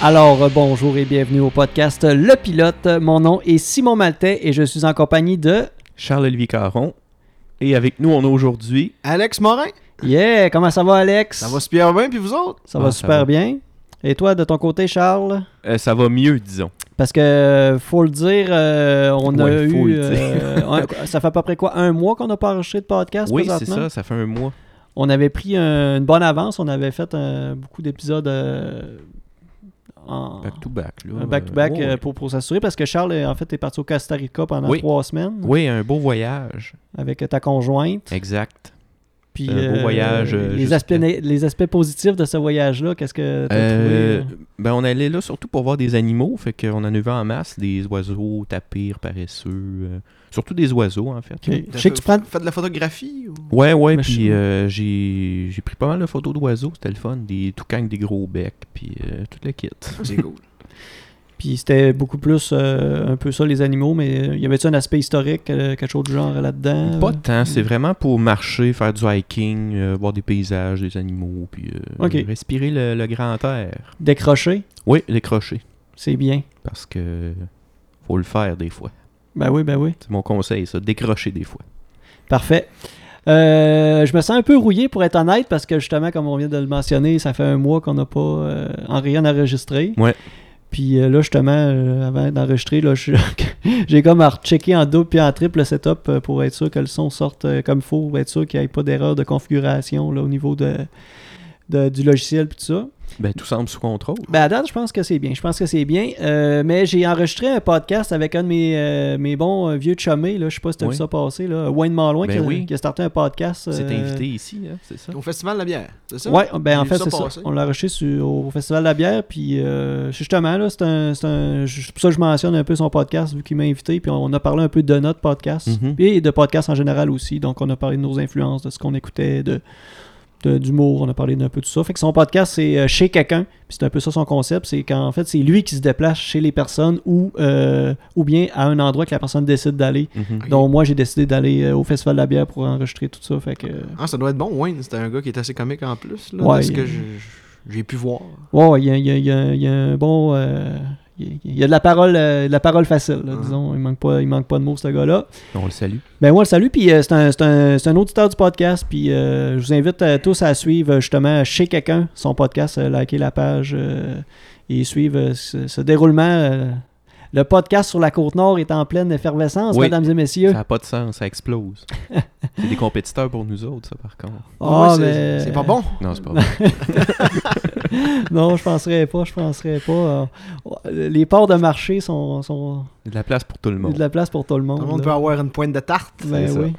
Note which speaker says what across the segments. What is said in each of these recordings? Speaker 1: Alors, euh, bonjour et bienvenue au podcast Le Pilote. Mon nom est Simon Maltais et je suis en compagnie de...
Speaker 2: Charles-Olivier Caron. Et avec nous, on a aujourd'hui.
Speaker 3: Alex Morin,
Speaker 1: Yeah! Comment ça va, Alex?
Speaker 3: ça va super bien, puis vous autres?
Speaker 1: Ça va
Speaker 2: Ah, ça
Speaker 1: super
Speaker 2: va.
Speaker 1: bien. Et toi, de ton côté, Charles?
Speaker 2: euh, ça va mieux, disons.
Speaker 1: Parce que, euh, faut le dire, euh, on a
Speaker 2: Ouais, faut
Speaker 1: eu...
Speaker 2: le dire.
Speaker 1: euh, un- ça fait à peu près quoi? Un mois qu'on n'a pas enregistré de podcast
Speaker 2: Oui, c'est
Speaker 1: présentement?
Speaker 2: ça, ça fait un mois.
Speaker 1: On avait pris un- une bonne avance. On avait fait euh, beaucoup d'épisodes euh,
Speaker 3: Ah.
Speaker 1: en...
Speaker 2: Back-to-back. là.
Speaker 1: un back-to-back
Speaker 2: Euh, ouais,
Speaker 1: euh,
Speaker 2: ouais.
Speaker 1: pour, pour s'assurer parce que Charles, euh, en fait, est parti au Costa Rica pendant
Speaker 2: Oui.
Speaker 1: trois semaines
Speaker 2: Oui, un beau voyage. Euh,
Speaker 1: avec ta conjointe.
Speaker 2: Exact.
Speaker 1: Puis,
Speaker 2: un beau voyage, euh,
Speaker 1: les,
Speaker 2: juste-
Speaker 1: aspects, né- les aspects positifs de ce voyage-là, qu'est-ce que tu as
Speaker 2: Euh,
Speaker 3: hein.
Speaker 1: trouvé? euh?
Speaker 2: ben, on allait là surtout pour voir des animaux. Fait qu'on en a vu en masse des oiseaux, tapirs, paresseux. euh, surtout des oiseaux, en fait.
Speaker 1: Ok. Je sais que tu prends...
Speaker 3: Faites de la photographie? Ou...
Speaker 2: Ouais, ouais,
Speaker 1: Mais
Speaker 2: puis
Speaker 1: je-
Speaker 2: euh, j'ai j'ai pris pas mal de photos d'oiseaux, c'était le fun. Des toucans avec des gros becs, puis euh, toute la kit.
Speaker 3: C'est cool.
Speaker 1: Puis c'était beaucoup plus euh, un peu ça, les animaux, mais euh, y avait-tu un aspect historique, euh, quelque chose du genre euh, là-dedans?
Speaker 2: Pas tant, c'est vraiment pour marcher, faire du hiking, euh, voir des paysages, des animaux, puis euh,
Speaker 1: Ok.
Speaker 2: respirer le, le grand air.
Speaker 1: Décrocher?
Speaker 2: Oui, les crochets,
Speaker 1: C'est bien.
Speaker 2: parce que faut le faire des fois.
Speaker 1: Ben oui, ben oui.
Speaker 2: C'est mon conseil, ça, décrocher des fois.
Speaker 1: Parfait. Euh, je me sens un peu rouillé pour être honnête parce que justement, comme on vient de le mentionner, ça fait un mois qu'on n'a pas euh, en rien enregistré.
Speaker 2: Ouais.
Speaker 1: Puis euh, là, justement, euh, avant d'enregistrer, là, je- j'ai comme à rechecker en double puis en triple le setup euh, pour être sûr que le son sorte euh, comme il faut, pour être sûr qu'il n'y ait pas d'erreur de configuration là, au niveau de, de- du logiciel puis tout ça.
Speaker 2: Ben, tout semble sous contrôle.
Speaker 1: Ben, à date, je pense que c'est bien. Je pense que c'est bien. Euh, mais j'ai enregistré un podcast avec un de mes, euh, mes bons euh, vieux chummés. Là. Je sais pas si t'as
Speaker 2: Oui.
Speaker 1: vu ça passer. Là. Wayne Malouin
Speaker 2: Ben
Speaker 1: qui, a,
Speaker 2: oui.
Speaker 1: qui a starté un podcast.
Speaker 2: C'est
Speaker 1: euh,
Speaker 2: invité ici, hein, c'est ça?
Speaker 3: Au Festival de la bière, c'est ça?
Speaker 1: Ouais, ben en
Speaker 3: J'ai
Speaker 1: fait,
Speaker 3: vu ça
Speaker 1: c'est ça.
Speaker 3: passer.
Speaker 1: On l'a enregistré sur- au Festival de la bière. Puis euh, justement, là, c'est un. c'est un- je- c'est pour ça que je mentionne un peu son podcast vu qu'il m'a invité. Puis on a parlé un peu de notre podcast
Speaker 2: Mhm.
Speaker 1: et de podcast en général aussi. Donc on a parlé de nos influences, de ce qu'on écoutait, de de- d'humour, on a parlé d'un peu de tout ça. Fait que son podcast, c'est euh, chez quelqu'un. Puis c'est un peu ça son concept. C'est qu'en fait, c'est lui qui se déplace chez les personnes ou, euh, ou bien à un endroit que la personne décide d'aller.
Speaker 2: Mhm.
Speaker 3: Ok.
Speaker 1: Donc moi, j'ai décidé d'aller euh, au Festival de la bière pour enregistrer tout ça. Fait que. euh,
Speaker 3: Ah, ça doit être bon, Wayne. C'était un gars qui est assez comique en plus, là,
Speaker 1: Ouais,
Speaker 3: de ce
Speaker 1: il-
Speaker 3: que je- j'ai pu voir.
Speaker 1: Ouais, ouais, il y a, il y a- il y a- il y a un bon. euh, il y a- il y a de la parole, euh, de la parole facile, là,
Speaker 3: Mhm.
Speaker 1: disons. Il manque, pas, il manque pas de mots, ce gars-là.
Speaker 2: On le salue.
Speaker 1: Ben, moi, le salut, puis euh, c'est un, c'est un- c'est un auditeur du podcast, puis euh, je vous invite euh, tous à suivre euh, justement chez quelqu'un son podcast, euh, liker la page euh, et suivre euh, ce, ce déroulement. euh. le podcast sur la Côte-Nord est en pleine effervescence,
Speaker 2: Oui.
Speaker 1: mesdames et messieurs.
Speaker 2: Ça n'a pas de sens, ça explose. c'est des compétiteurs pour nous autres, ça, par contre.
Speaker 1: Ah,
Speaker 3: Ouais, c'est-
Speaker 1: mais-
Speaker 3: C'est pas bon.
Speaker 2: Non, c'est pas vrai.
Speaker 1: non, je penserais pas, je penserais pas. Euh, les ports de marché sont, sont
Speaker 2: Il y a De la place pour tout le
Speaker 1: il y a de
Speaker 2: monde.
Speaker 1: la place pour tout le monde.
Speaker 3: Tout le monde
Speaker 1: là.
Speaker 3: peut avoir une pointe de tarte.
Speaker 1: Ben
Speaker 2: C'est ça.
Speaker 1: oui.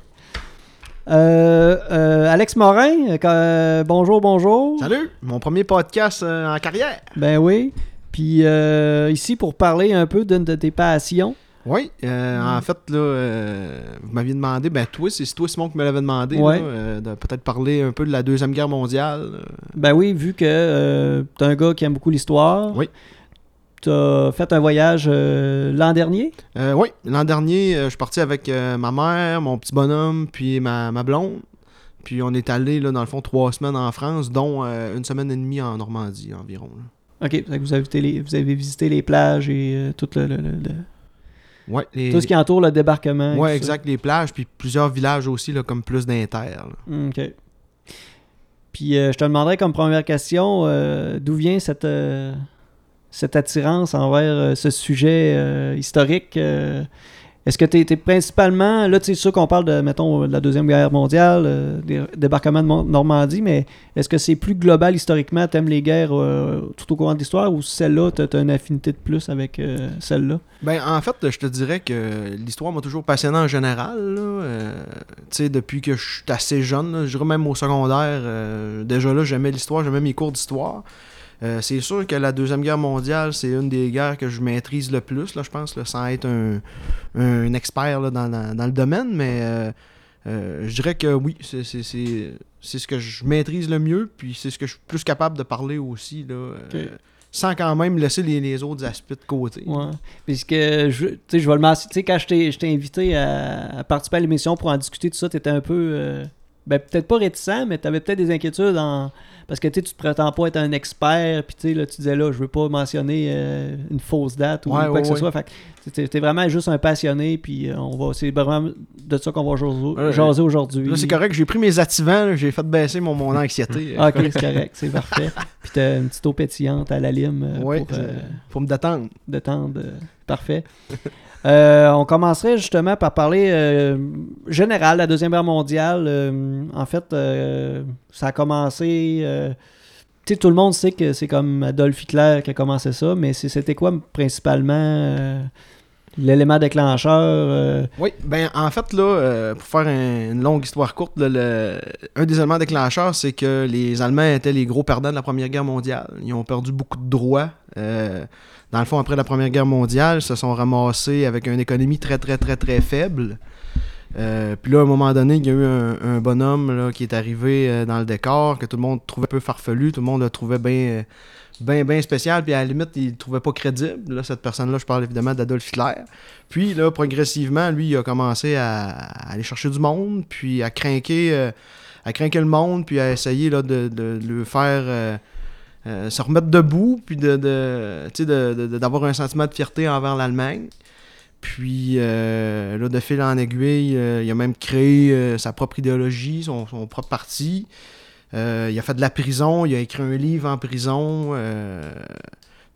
Speaker 1: Euh, euh, Alex Morin, euh, quand- euh, bonjour, bonjour.
Speaker 3: Salut, mon premier podcast euh, en carrière.
Speaker 1: Ben oui. Puis euh, ici pour parler un peu d'une de tes passions.
Speaker 3: Oui, euh, en fait, là, euh, vous m'aviez demandé, ben toi, c'est toi, Simon, qui me l'avait demandé, là,
Speaker 1: Ouais.
Speaker 3: euh, de peut-être parler un peu de la Deuxième Guerre mondiale. euh,
Speaker 1: Ben oui, vu que euh, t'es un gars qui aime beaucoup l'histoire.
Speaker 3: Oui.
Speaker 1: T'as fait un voyage euh, l'an dernier.
Speaker 3: Euh, oui, l'an dernier, euh, je suis parti avec euh, ma mère, mon petit bonhomme, puis ma, ma blonde. Puis on est allé, là, dans le fond, trois semaines en France, dont euh, une semaine et demie en Normandie environ. là.
Speaker 1: Ok, fait que vous avez, visité les- vous avez visité les plages et euh, tout, le, le- le- le-
Speaker 3: Ouais, les-
Speaker 1: tout ce qui entoure le débarquement. et
Speaker 3: ouais,
Speaker 1: tout ça.
Speaker 3: exact, les plages, puis plusieurs villages aussi, là, comme plus d'inter. là.
Speaker 1: OK. Puis euh, je te demanderais comme première question, euh, d'où vient cette, euh, cette attirance envers euh, ce sujet euh, historique? euh, Est-ce que tu es, principalement, là tu sais, c'est sûr qu'on parle de, mettons, de la Deuxième Guerre mondiale, euh, des débarquements de Mon- Normandie, mais est-ce que c'est plus global historiquement, t'aimes les guerres euh, tout au courant de l'histoire ou celle-là, t'as as une affinité de plus avec euh, celle-là?
Speaker 3: Ben, en fait, je te dirais que l'histoire m'a toujours passionné en général. là. Euh, tu sais, depuis que je suis assez jeune, là, je dirais même au secondaire, euh, déjà là, j'aimais l'histoire, j'aimais mes cours d'histoire. Euh, c'est sûr que la Deuxième Guerre mondiale, c'est une des guerres que je maîtrise le plus, là, je pense, là, sans être un, un expert là, dans, la- dans le domaine, mais euh, euh, je dirais que oui, c'est, c'est- c'est- c'est ce que je maîtrise le mieux, puis c'est ce que je suis plus capable de parler aussi, là, euh,
Speaker 1: Ok.
Speaker 3: sans quand même laisser les, les autres aspects de côté.
Speaker 1: Ouais. Puisque, je, tu sais, je vais le mentionner. Tu sais, quand je t'ai je t'ai invité à, à participer à l'émission pour en discuter, tout ça, t'étais un peu euh, ben, peut-être pas réticent, mais tu avais peut-être des inquiétudes en... parce que tu ne te prétends pas être un expert, puis tu sais, là, tu disais là, je veux pas mentionner euh, une fausse date ou
Speaker 3: Ouais,
Speaker 1: quoi
Speaker 3: ouais,
Speaker 1: que ce
Speaker 3: ouais.
Speaker 1: soit. Fait que t'es- t'es vraiment juste un passionné, puis euh, on va c'est vraiment de ça qu'on va jaser,
Speaker 3: Ouais,
Speaker 1: jaser aujourd'hui.
Speaker 3: Là, c'est correct, j'ai pris mes activants, là, j'ai fait baisser mon, mon anxiété euh,
Speaker 1: Ah, ok, c'est correct, c'est parfait. Puis t'as une petite eau pétillante à la lime euh,
Speaker 3: Ouais,
Speaker 1: pour
Speaker 3: c'est-
Speaker 1: euh,
Speaker 3: pour me détendre.
Speaker 1: détendre. euh, Parfait. Euh, on commencerait justement par parler euh, général, la Deuxième Guerre mondiale. euh, en fait, euh, ça a commencé. euh, tu sais, tout le monde sait que c'est comme Adolf Hitler qui a commencé ça, mais c'est- c'était quoi principalement euh, l'élément déclencheur euh,
Speaker 3: Oui, ben en fait, là, euh, pour faire un- une longue histoire courte, là, le- un des éléments déclencheurs, c'est que les Allemands étaient les gros perdants de la Première Guerre mondiale. Ils ont perdu beaucoup de droits. euh, dans le fond, après la Première Guerre mondiale, ils se sont ramassés avec une économie très, très, très, très faible. Euh, puis là, à un moment donné, il y a eu un, un bonhomme là, qui est arrivé euh, dans le décor, que tout le monde trouvait un peu farfelu, tout le monde le trouvait bien, euh, bien, bien spécial, puis à la limite, il le trouvait pas crédible. Là, cette personne-là, je parle évidemment d'Adolf Hitler. Puis là, progressivement, lui, il a commencé à, à aller chercher du monde, puis à craquer, euh, à craquer le monde, puis à essayer là, de, de le faire euh, euh, se remettre debout, puis de, de, tu sais, de- de- de- d'avoir un sentiment de fierté envers l'Allemagne. Puis euh, là, de fil en aiguille, euh, il a même créé euh, sa propre idéologie, son, son propre parti. Euh, il a fait de la prison, il a écrit un livre en prison. euh,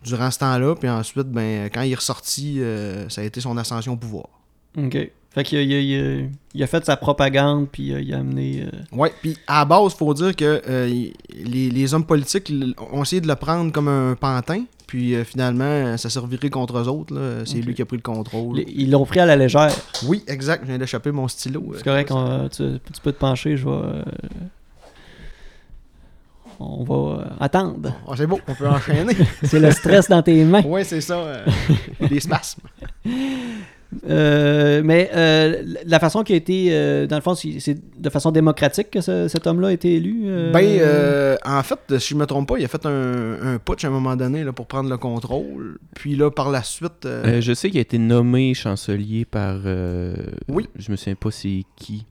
Speaker 3: durant ce temps-là. Puis ensuite, ben, quand il est ressorti, euh, ça a été son ascension au pouvoir.
Speaker 1: OK. Fait qu'il a, il a- il a- il a fait sa propagande, puis euh, il a amené. euh,
Speaker 3: Oui, puis à la base, faut dire que euh, y- les, les hommes politiques l- ont essayé de le prendre comme un pantin. Puis euh, finalement, ça servirait contre eux autres. là. C'est
Speaker 1: Ok.
Speaker 3: lui qui a pris le contrôle.
Speaker 1: les- ils l'ont pris à la légère.
Speaker 3: Oui, exact. Je viens d'échapper mon stylo. euh.
Speaker 1: C'est correct, on va- tu, tu peux te pencher, je vais. euh, on va euh, attendre.
Speaker 3: Ah, c'est beau, on peut enchaîner.
Speaker 1: C'est le stress dans tes mains.
Speaker 3: oui, c'est ça. euh, des spasmes.
Speaker 1: Euh, mais euh, la façon qui a été, euh, dans le fond, c'est c'est de façon démocratique que ce- cet homme-là a été élu. euh?
Speaker 3: Ben, euh, en fait, si je me trompe pas, il a fait un, un putsch à un moment donné là, pour prendre le contrôle. Puis là, par la suite. euh,
Speaker 2: Euh, je sais qu'il a été nommé chancelier par. euh,
Speaker 3: Oui.
Speaker 2: Je me souviens pas c'est qui.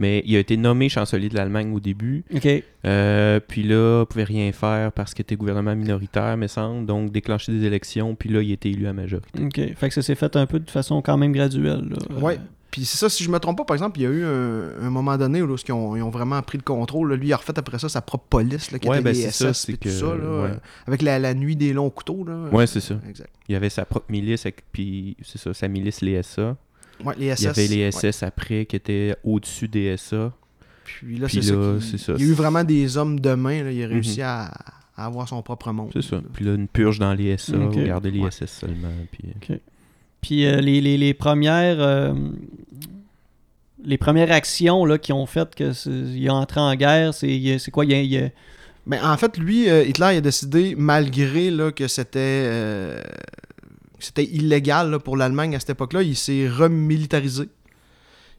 Speaker 2: Mais il a été nommé chancelier de l'Allemagne au début.
Speaker 1: Ok.
Speaker 2: Euh, puis là, il pouvait rien faire parce qu'il était gouvernement minoritaire, me semble. Donc, déclencher des élections. Puis là, il a été élu à majorité.
Speaker 1: Ok. Fait que ça s'est fait un peu de façon quand même graduelle. là.
Speaker 3: Ouais. Puis c'est ça, si je me trompe pas, par exemple, il y a eu un, un moment donné où là, ils, ont, ils ont vraiment pris le contrôle. là. Lui, il a refait après ça sa propre police, là, qui
Speaker 2: Ouais,
Speaker 3: était
Speaker 2: ben,
Speaker 3: les
Speaker 2: c'est ça,
Speaker 3: SS
Speaker 2: c'est
Speaker 3: et tout
Speaker 2: que-
Speaker 3: ça, là,
Speaker 2: ouais.
Speaker 3: euh, avec la, la nuit des longs couteaux. Là.
Speaker 2: Ouais, c'est ça.
Speaker 3: Exact.
Speaker 2: Il avait sa propre milice. avec- Puis, c'est ça, sa milice, les SA.
Speaker 3: Ouais, les SS.
Speaker 2: Il y avait les
Speaker 3: ouais.
Speaker 2: SS après qui étaient au-dessus des SA.
Speaker 3: Puis là,
Speaker 2: Puis
Speaker 3: c'est ça,
Speaker 2: là,
Speaker 3: qui-
Speaker 2: c'est ça. Mhm.
Speaker 3: Il y a eu vraiment des hommes de main. Là. Il a réussi à, à avoir son propre monde.
Speaker 2: C'est ça. Puis là, une purge dans les SA.
Speaker 1: Ok.
Speaker 2: Regardez les
Speaker 3: Ouais.
Speaker 2: SS seulement. Puis... euh,
Speaker 1: Puis euh, les, les- les premières. euh, les premières actions là, qui ont fait qu'il est entré en guerre, c'est c'est quoi il a- il a-
Speaker 3: Mais en fait, lui, euh, Hitler, il a décidé, malgré là, que c'était euh, que c'était illégal là, pour l'Allemagne à cette époque-là, il s'est remilitarisé.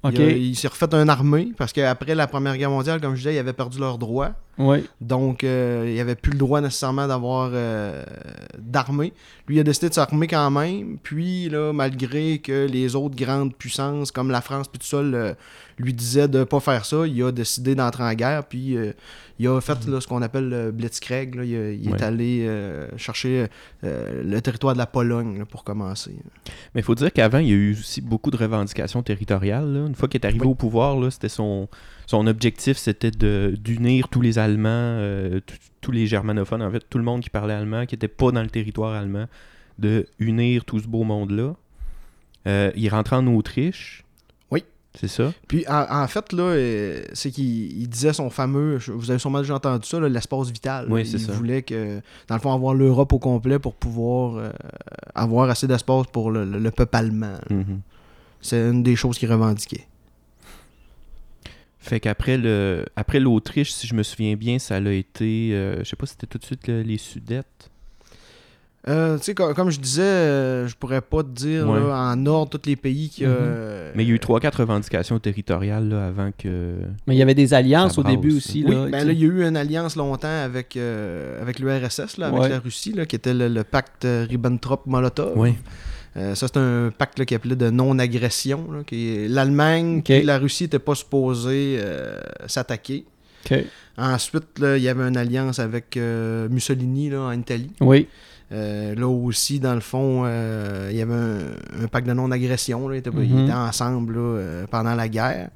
Speaker 1: Ok.
Speaker 3: Il, a- il s'est refait une armée parce qu'après la Première Guerre mondiale, comme je disais, ils avaient perdu leurs droits.
Speaker 1: Ouais.
Speaker 3: Donc, euh, il n'y avait plus le droit nécessairement d'avoir euh, d'armée. Lui, il a décidé de s'armer quand même. Puis, là, malgré que les autres grandes puissances, comme la France, puis tout ça, le- lui disaient de ne pas faire ça, il a décidé d'entrer en guerre. Puis, euh, il a fait là, ce qu'on appelle le blitzkrieg. là. Il, a- il est
Speaker 2: Ouais.
Speaker 3: allé euh, chercher euh, le territoire de la Pologne là, pour commencer.
Speaker 2: Mais il faut dire qu'avant, il y a eu aussi beaucoup de revendications territoriales. là. Une fois qu'il est arrivé
Speaker 3: Oui.
Speaker 2: au pouvoir, là, c'était son, son objectif, c'était de- d'unir tous les Allemands, euh, tout- tous les germanophones, en fait, tout le monde qui parlait allemand, qui n'était pas dans le territoire allemand, de unir tout ce beau monde-là. Euh, il rentrait en Autriche.
Speaker 3: Oui.
Speaker 2: C'est ça?
Speaker 3: Puis, en, en fait, là, euh, c'est qu'il il disait son fameux, je- vous avez sûrement déjà entendu ça, là, l'espace vital.
Speaker 2: Oui,
Speaker 3: il
Speaker 2: c'est ça.
Speaker 3: voulait que, dans le fond, avoir l'Europe au complet pour pouvoir euh, avoir assez d'espace pour le, le- le peuple allemand. là.
Speaker 2: Mhm.
Speaker 3: C'est une des choses qu'il revendiquait.
Speaker 2: Fait qu'après le après l'Autriche, si je me souviens bien, ça l'a été, euh, je sais pas si c'était tout de suite le- les Sudètes.
Speaker 3: Euh, tu sais, co- comme, je disais, euh, je pourrais pas te dire
Speaker 2: Ouais.
Speaker 3: là, en ordre tous les pays qui.
Speaker 1: Mhm.
Speaker 3: euh, Euh,
Speaker 2: Mais il y a eu trois quatre revendications territoriales là, avant que
Speaker 1: Mais il y avait des alliances
Speaker 2: Ça
Speaker 1: au début
Speaker 2: brasse,
Speaker 1: aussi.
Speaker 3: Oui,
Speaker 1: là,
Speaker 3: ben
Speaker 1: tu
Speaker 3: là,
Speaker 1: sais.
Speaker 3: il y a eu une alliance longtemps avec, euh, avec l'URSS, là, avec
Speaker 1: Ouais.
Speaker 3: la Russie, là, qui était le, le pacte euh, Ribbentrop-Molotov.
Speaker 2: Oui.
Speaker 3: Euh, ça, c'est un pacte là, qui appelait de non-agression. là, qui- L'Allemagne
Speaker 1: Ok.
Speaker 3: et la Russie n'étaient pas supposées euh, s'attaquer.
Speaker 1: OK.
Speaker 3: Ensuite, là, il y avait une alliance avec euh, Mussolini là, en Italie.
Speaker 1: Oui.
Speaker 3: Euh, là aussi, dans le fond, euh, il y avait un, un pacte de non-agression. là. Ils étaient, ils
Speaker 1: Mhm.
Speaker 3: étaient ensemble là, euh, pendant la guerre.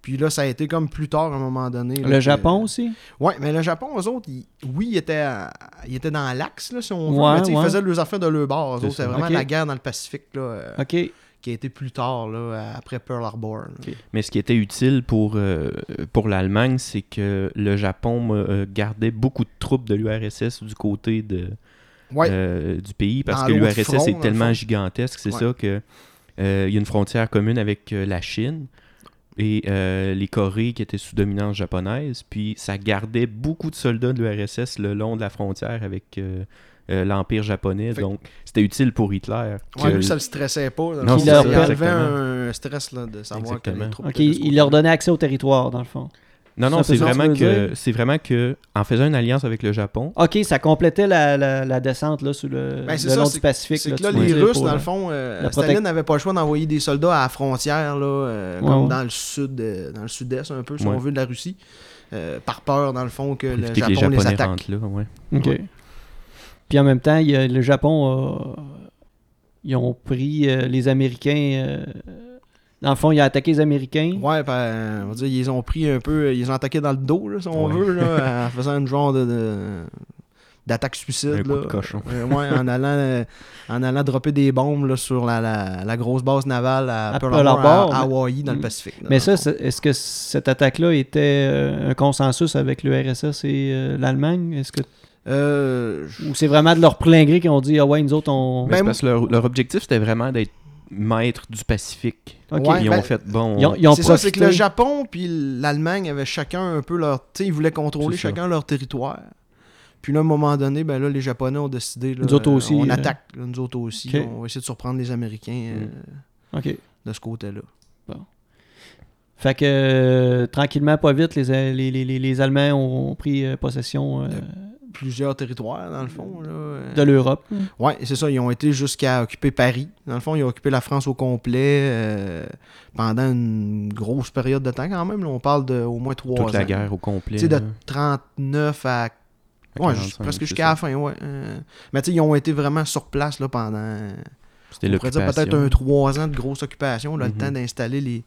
Speaker 3: Puis là, ça a été comme plus tard, à un moment donné. là,
Speaker 1: Le
Speaker 3: que-
Speaker 1: Japon aussi?
Speaker 3: Ouais, mais le Japon, eux autres, ils- oui, ils étaient, à- ils étaient dans l'axe, là, si on veut.
Speaker 1: Ouais,
Speaker 3: mais tu sais,
Speaker 1: ouais.
Speaker 3: Ils faisaient leurs affaires de leur bord. eux
Speaker 2: C'est
Speaker 3: autres. C'était
Speaker 2: ça.
Speaker 3: vraiment
Speaker 1: Ok.
Speaker 3: la guerre dans le Pacifique, là, euh,
Speaker 1: OK.
Speaker 3: qui a été plus tard, là, après Pearl Harbor. là.
Speaker 2: Mais ce qui était utile pour, euh, pour l'Allemagne, c'est que le Japon euh, gardait beaucoup de troupes de l'URSS du côté de,
Speaker 3: Ouais.
Speaker 2: euh, du pays parce
Speaker 3: Dans
Speaker 2: que
Speaker 3: l'autre
Speaker 2: l'URSS
Speaker 3: front, dans le
Speaker 2: est tellement
Speaker 3: fond.
Speaker 2: gigantesque, c'est
Speaker 3: Ouais.
Speaker 2: ça que euh, il y a une frontière commune avec euh, la Chine et euh, les Corées qui étaient sous dominance japonaise, puis ça gardait beaucoup de soldats de l'URSS le long de la frontière avec euh, euh, l'empire japonais,
Speaker 3: Fait-
Speaker 2: donc c'était utile pour Hitler. que-
Speaker 3: Ouais, lui, ça le stressait pas. dans le
Speaker 2: Non,
Speaker 3: fond,
Speaker 1: c'est ça,
Speaker 3: il enlevait
Speaker 2: exactement.
Speaker 3: un stress là, de savoir que les
Speaker 2: Exactement.
Speaker 3: troupes
Speaker 1: OK.
Speaker 3: étaient de ce
Speaker 1: Il leur
Speaker 3: côté-là.
Speaker 1: donnait accès au territoire, dans le fond.
Speaker 2: Non, non,
Speaker 1: Ça fait
Speaker 2: c'est
Speaker 1: sens,
Speaker 2: vraiment
Speaker 1: tu veux
Speaker 2: que
Speaker 1: dire?
Speaker 2: c'est vraiment que en faisant une alliance avec le Japon,
Speaker 1: OK, ça complétait la, la- la descente là, sur le,
Speaker 3: Ben, c'est
Speaker 1: le
Speaker 3: ça,
Speaker 1: long du Pacifique.
Speaker 3: C'est que là,
Speaker 1: tu veux
Speaker 3: les
Speaker 1: dire,
Speaker 3: Russes,
Speaker 1: pour,
Speaker 3: dans le
Speaker 1: euh,
Speaker 3: fond, euh,
Speaker 1: la
Speaker 3: Staline
Speaker 1: protec-
Speaker 3: n'avait pas le choix d'envoyer des soldats à la frontière, là, euh,
Speaker 1: Ouais,
Speaker 3: comme
Speaker 1: ouais.
Speaker 3: dans le sud, euh, dans le sud-est un peu, si
Speaker 2: Ouais.
Speaker 3: on veut, de la Russie, euh, par peur, dans le fond, que
Speaker 2: pour
Speaker 3: le
Speaker 2: éviter que les
Speaker 3: Japon les
Speaker 2: Japonais
Speaker 3: attaque.
Speaker 2: rentrent là, ouais.
Speaker 1: OK. Puis en même temps, il y a- le Japon, a- ils ont pris euh, les Américains. euh, dans le fond, ils ont attaqué les Américains.
Speaker 3: Ouais, ben, on va dire, ils ont pris un peu, ils ont attaqué dans le dos, là, si on
Speaker 2: Ouais.
Speaker 3: veut, là, en faisant une genre de- de- d'attaque suicide.
Speaker 2: Un coup
Speaker 3: là.
Speaker 2: de cochon.
Speaker 3: Euh, ouais, en allant, euh, en allant dropper des bombes là, sur la, la- la grosse base navale à,
Speaker 1: À
Speaker 3: Pearl
Speaker 1: Pearl
Speaker 3: Harbor,
Speaker 1: Harbor,
Speaker 3: à,
Speaker 1: mais-
Speaker 3: Hawaii, dans le Pacifique. là,
Speaker 1: Mais
Speaker 3: dans
Speaker 1: ça,
Speaker 3: le fond.
Speaker 1: c'est- est-ce que cette attaque-là était euh, un consensus avec l'URSS et euh, l'Allemagne? Est-ce que
Speaker 3: Euh, je-
Speaker 1: ou c'est vraiment de leur plein gré qu'ils ont dit ah ouais nous autres on
Speaker 2: Mais c'est
Speaker 3: Ben,
Speaker 2: parce que leur, leur objectif c'était vraiment d'être maître du Pacifique.
Speaker 1: Ok.
Speaker 3: Ouais,
Speaker 2: Ils ont
Speaker 3: ben,
Speaker 2: fait bon.
Speaker 1: ils ont, ils ont
Speaker 3: C'est ça, c'est que
Speaker 1: profité.
Speaker 3: le Japon puis l'Allemagne avaient chacun un peu leur. Tu sais, ils voulaient contrôler
Speaker 2: C'est ça.
Speaker 3: chacun leur territoire. Puis là, à un moment donné, ben là, les Japonais ont décidé. Là,
Speaker 1: Nous autres
Speaker 3: euh,
Speaker 1: aussi,
Speaker 3: On
Speaker 1: là.
Speaker 3: attaque, là, nous autres aussi.
Speaker 1: Ok. Mm.
Speaker 3: On va essayer de surprendre les Américains euh,
Speaker 1: Ok.
Speaker 3: de ce côté-là.
Speaker 1: Fait que euh, tranquillement pas vite les, les, les, les- les Allemands ont pris euh, possession euh,
Speaker 3: Plusieurs territoires, dans le fond. Là, euh.
Speaker 1: de l'Europe.
Speaker 3: Ouais, c'est ça. Ils ont été jusqu'à occuper Paris. Dans le fond, ils ont occupé la France au complet euh, pendant une grosse période de temps, quand même. là. on parle de au moins trois ans.
Speaker 2: toute la guerre au complet.
Speaker 3: Tu sais, de
Speaker 2: là,
Speaker 3: 39 à
Speaker 2: à
Speaker 3: Ouais,
Speaker 2: 45,
Speaker 3: juste- presque
Speaker 2: c'est
Speaker 3: jusqu'à
Speaker 2: ça.
Speaker 3: la fin, ouais. Euh, mais tu sais, ils ont été vraiment sur place là, pendant.
Speaker 2: C'était
Speaker 3: on pourrait dire
Speaker 2: l'occupation.
Speaker 3: peut-être un trois ans de grosse occupation, là,
Speaker 2: Mhm.
Speaker 3: le temps d'installer les,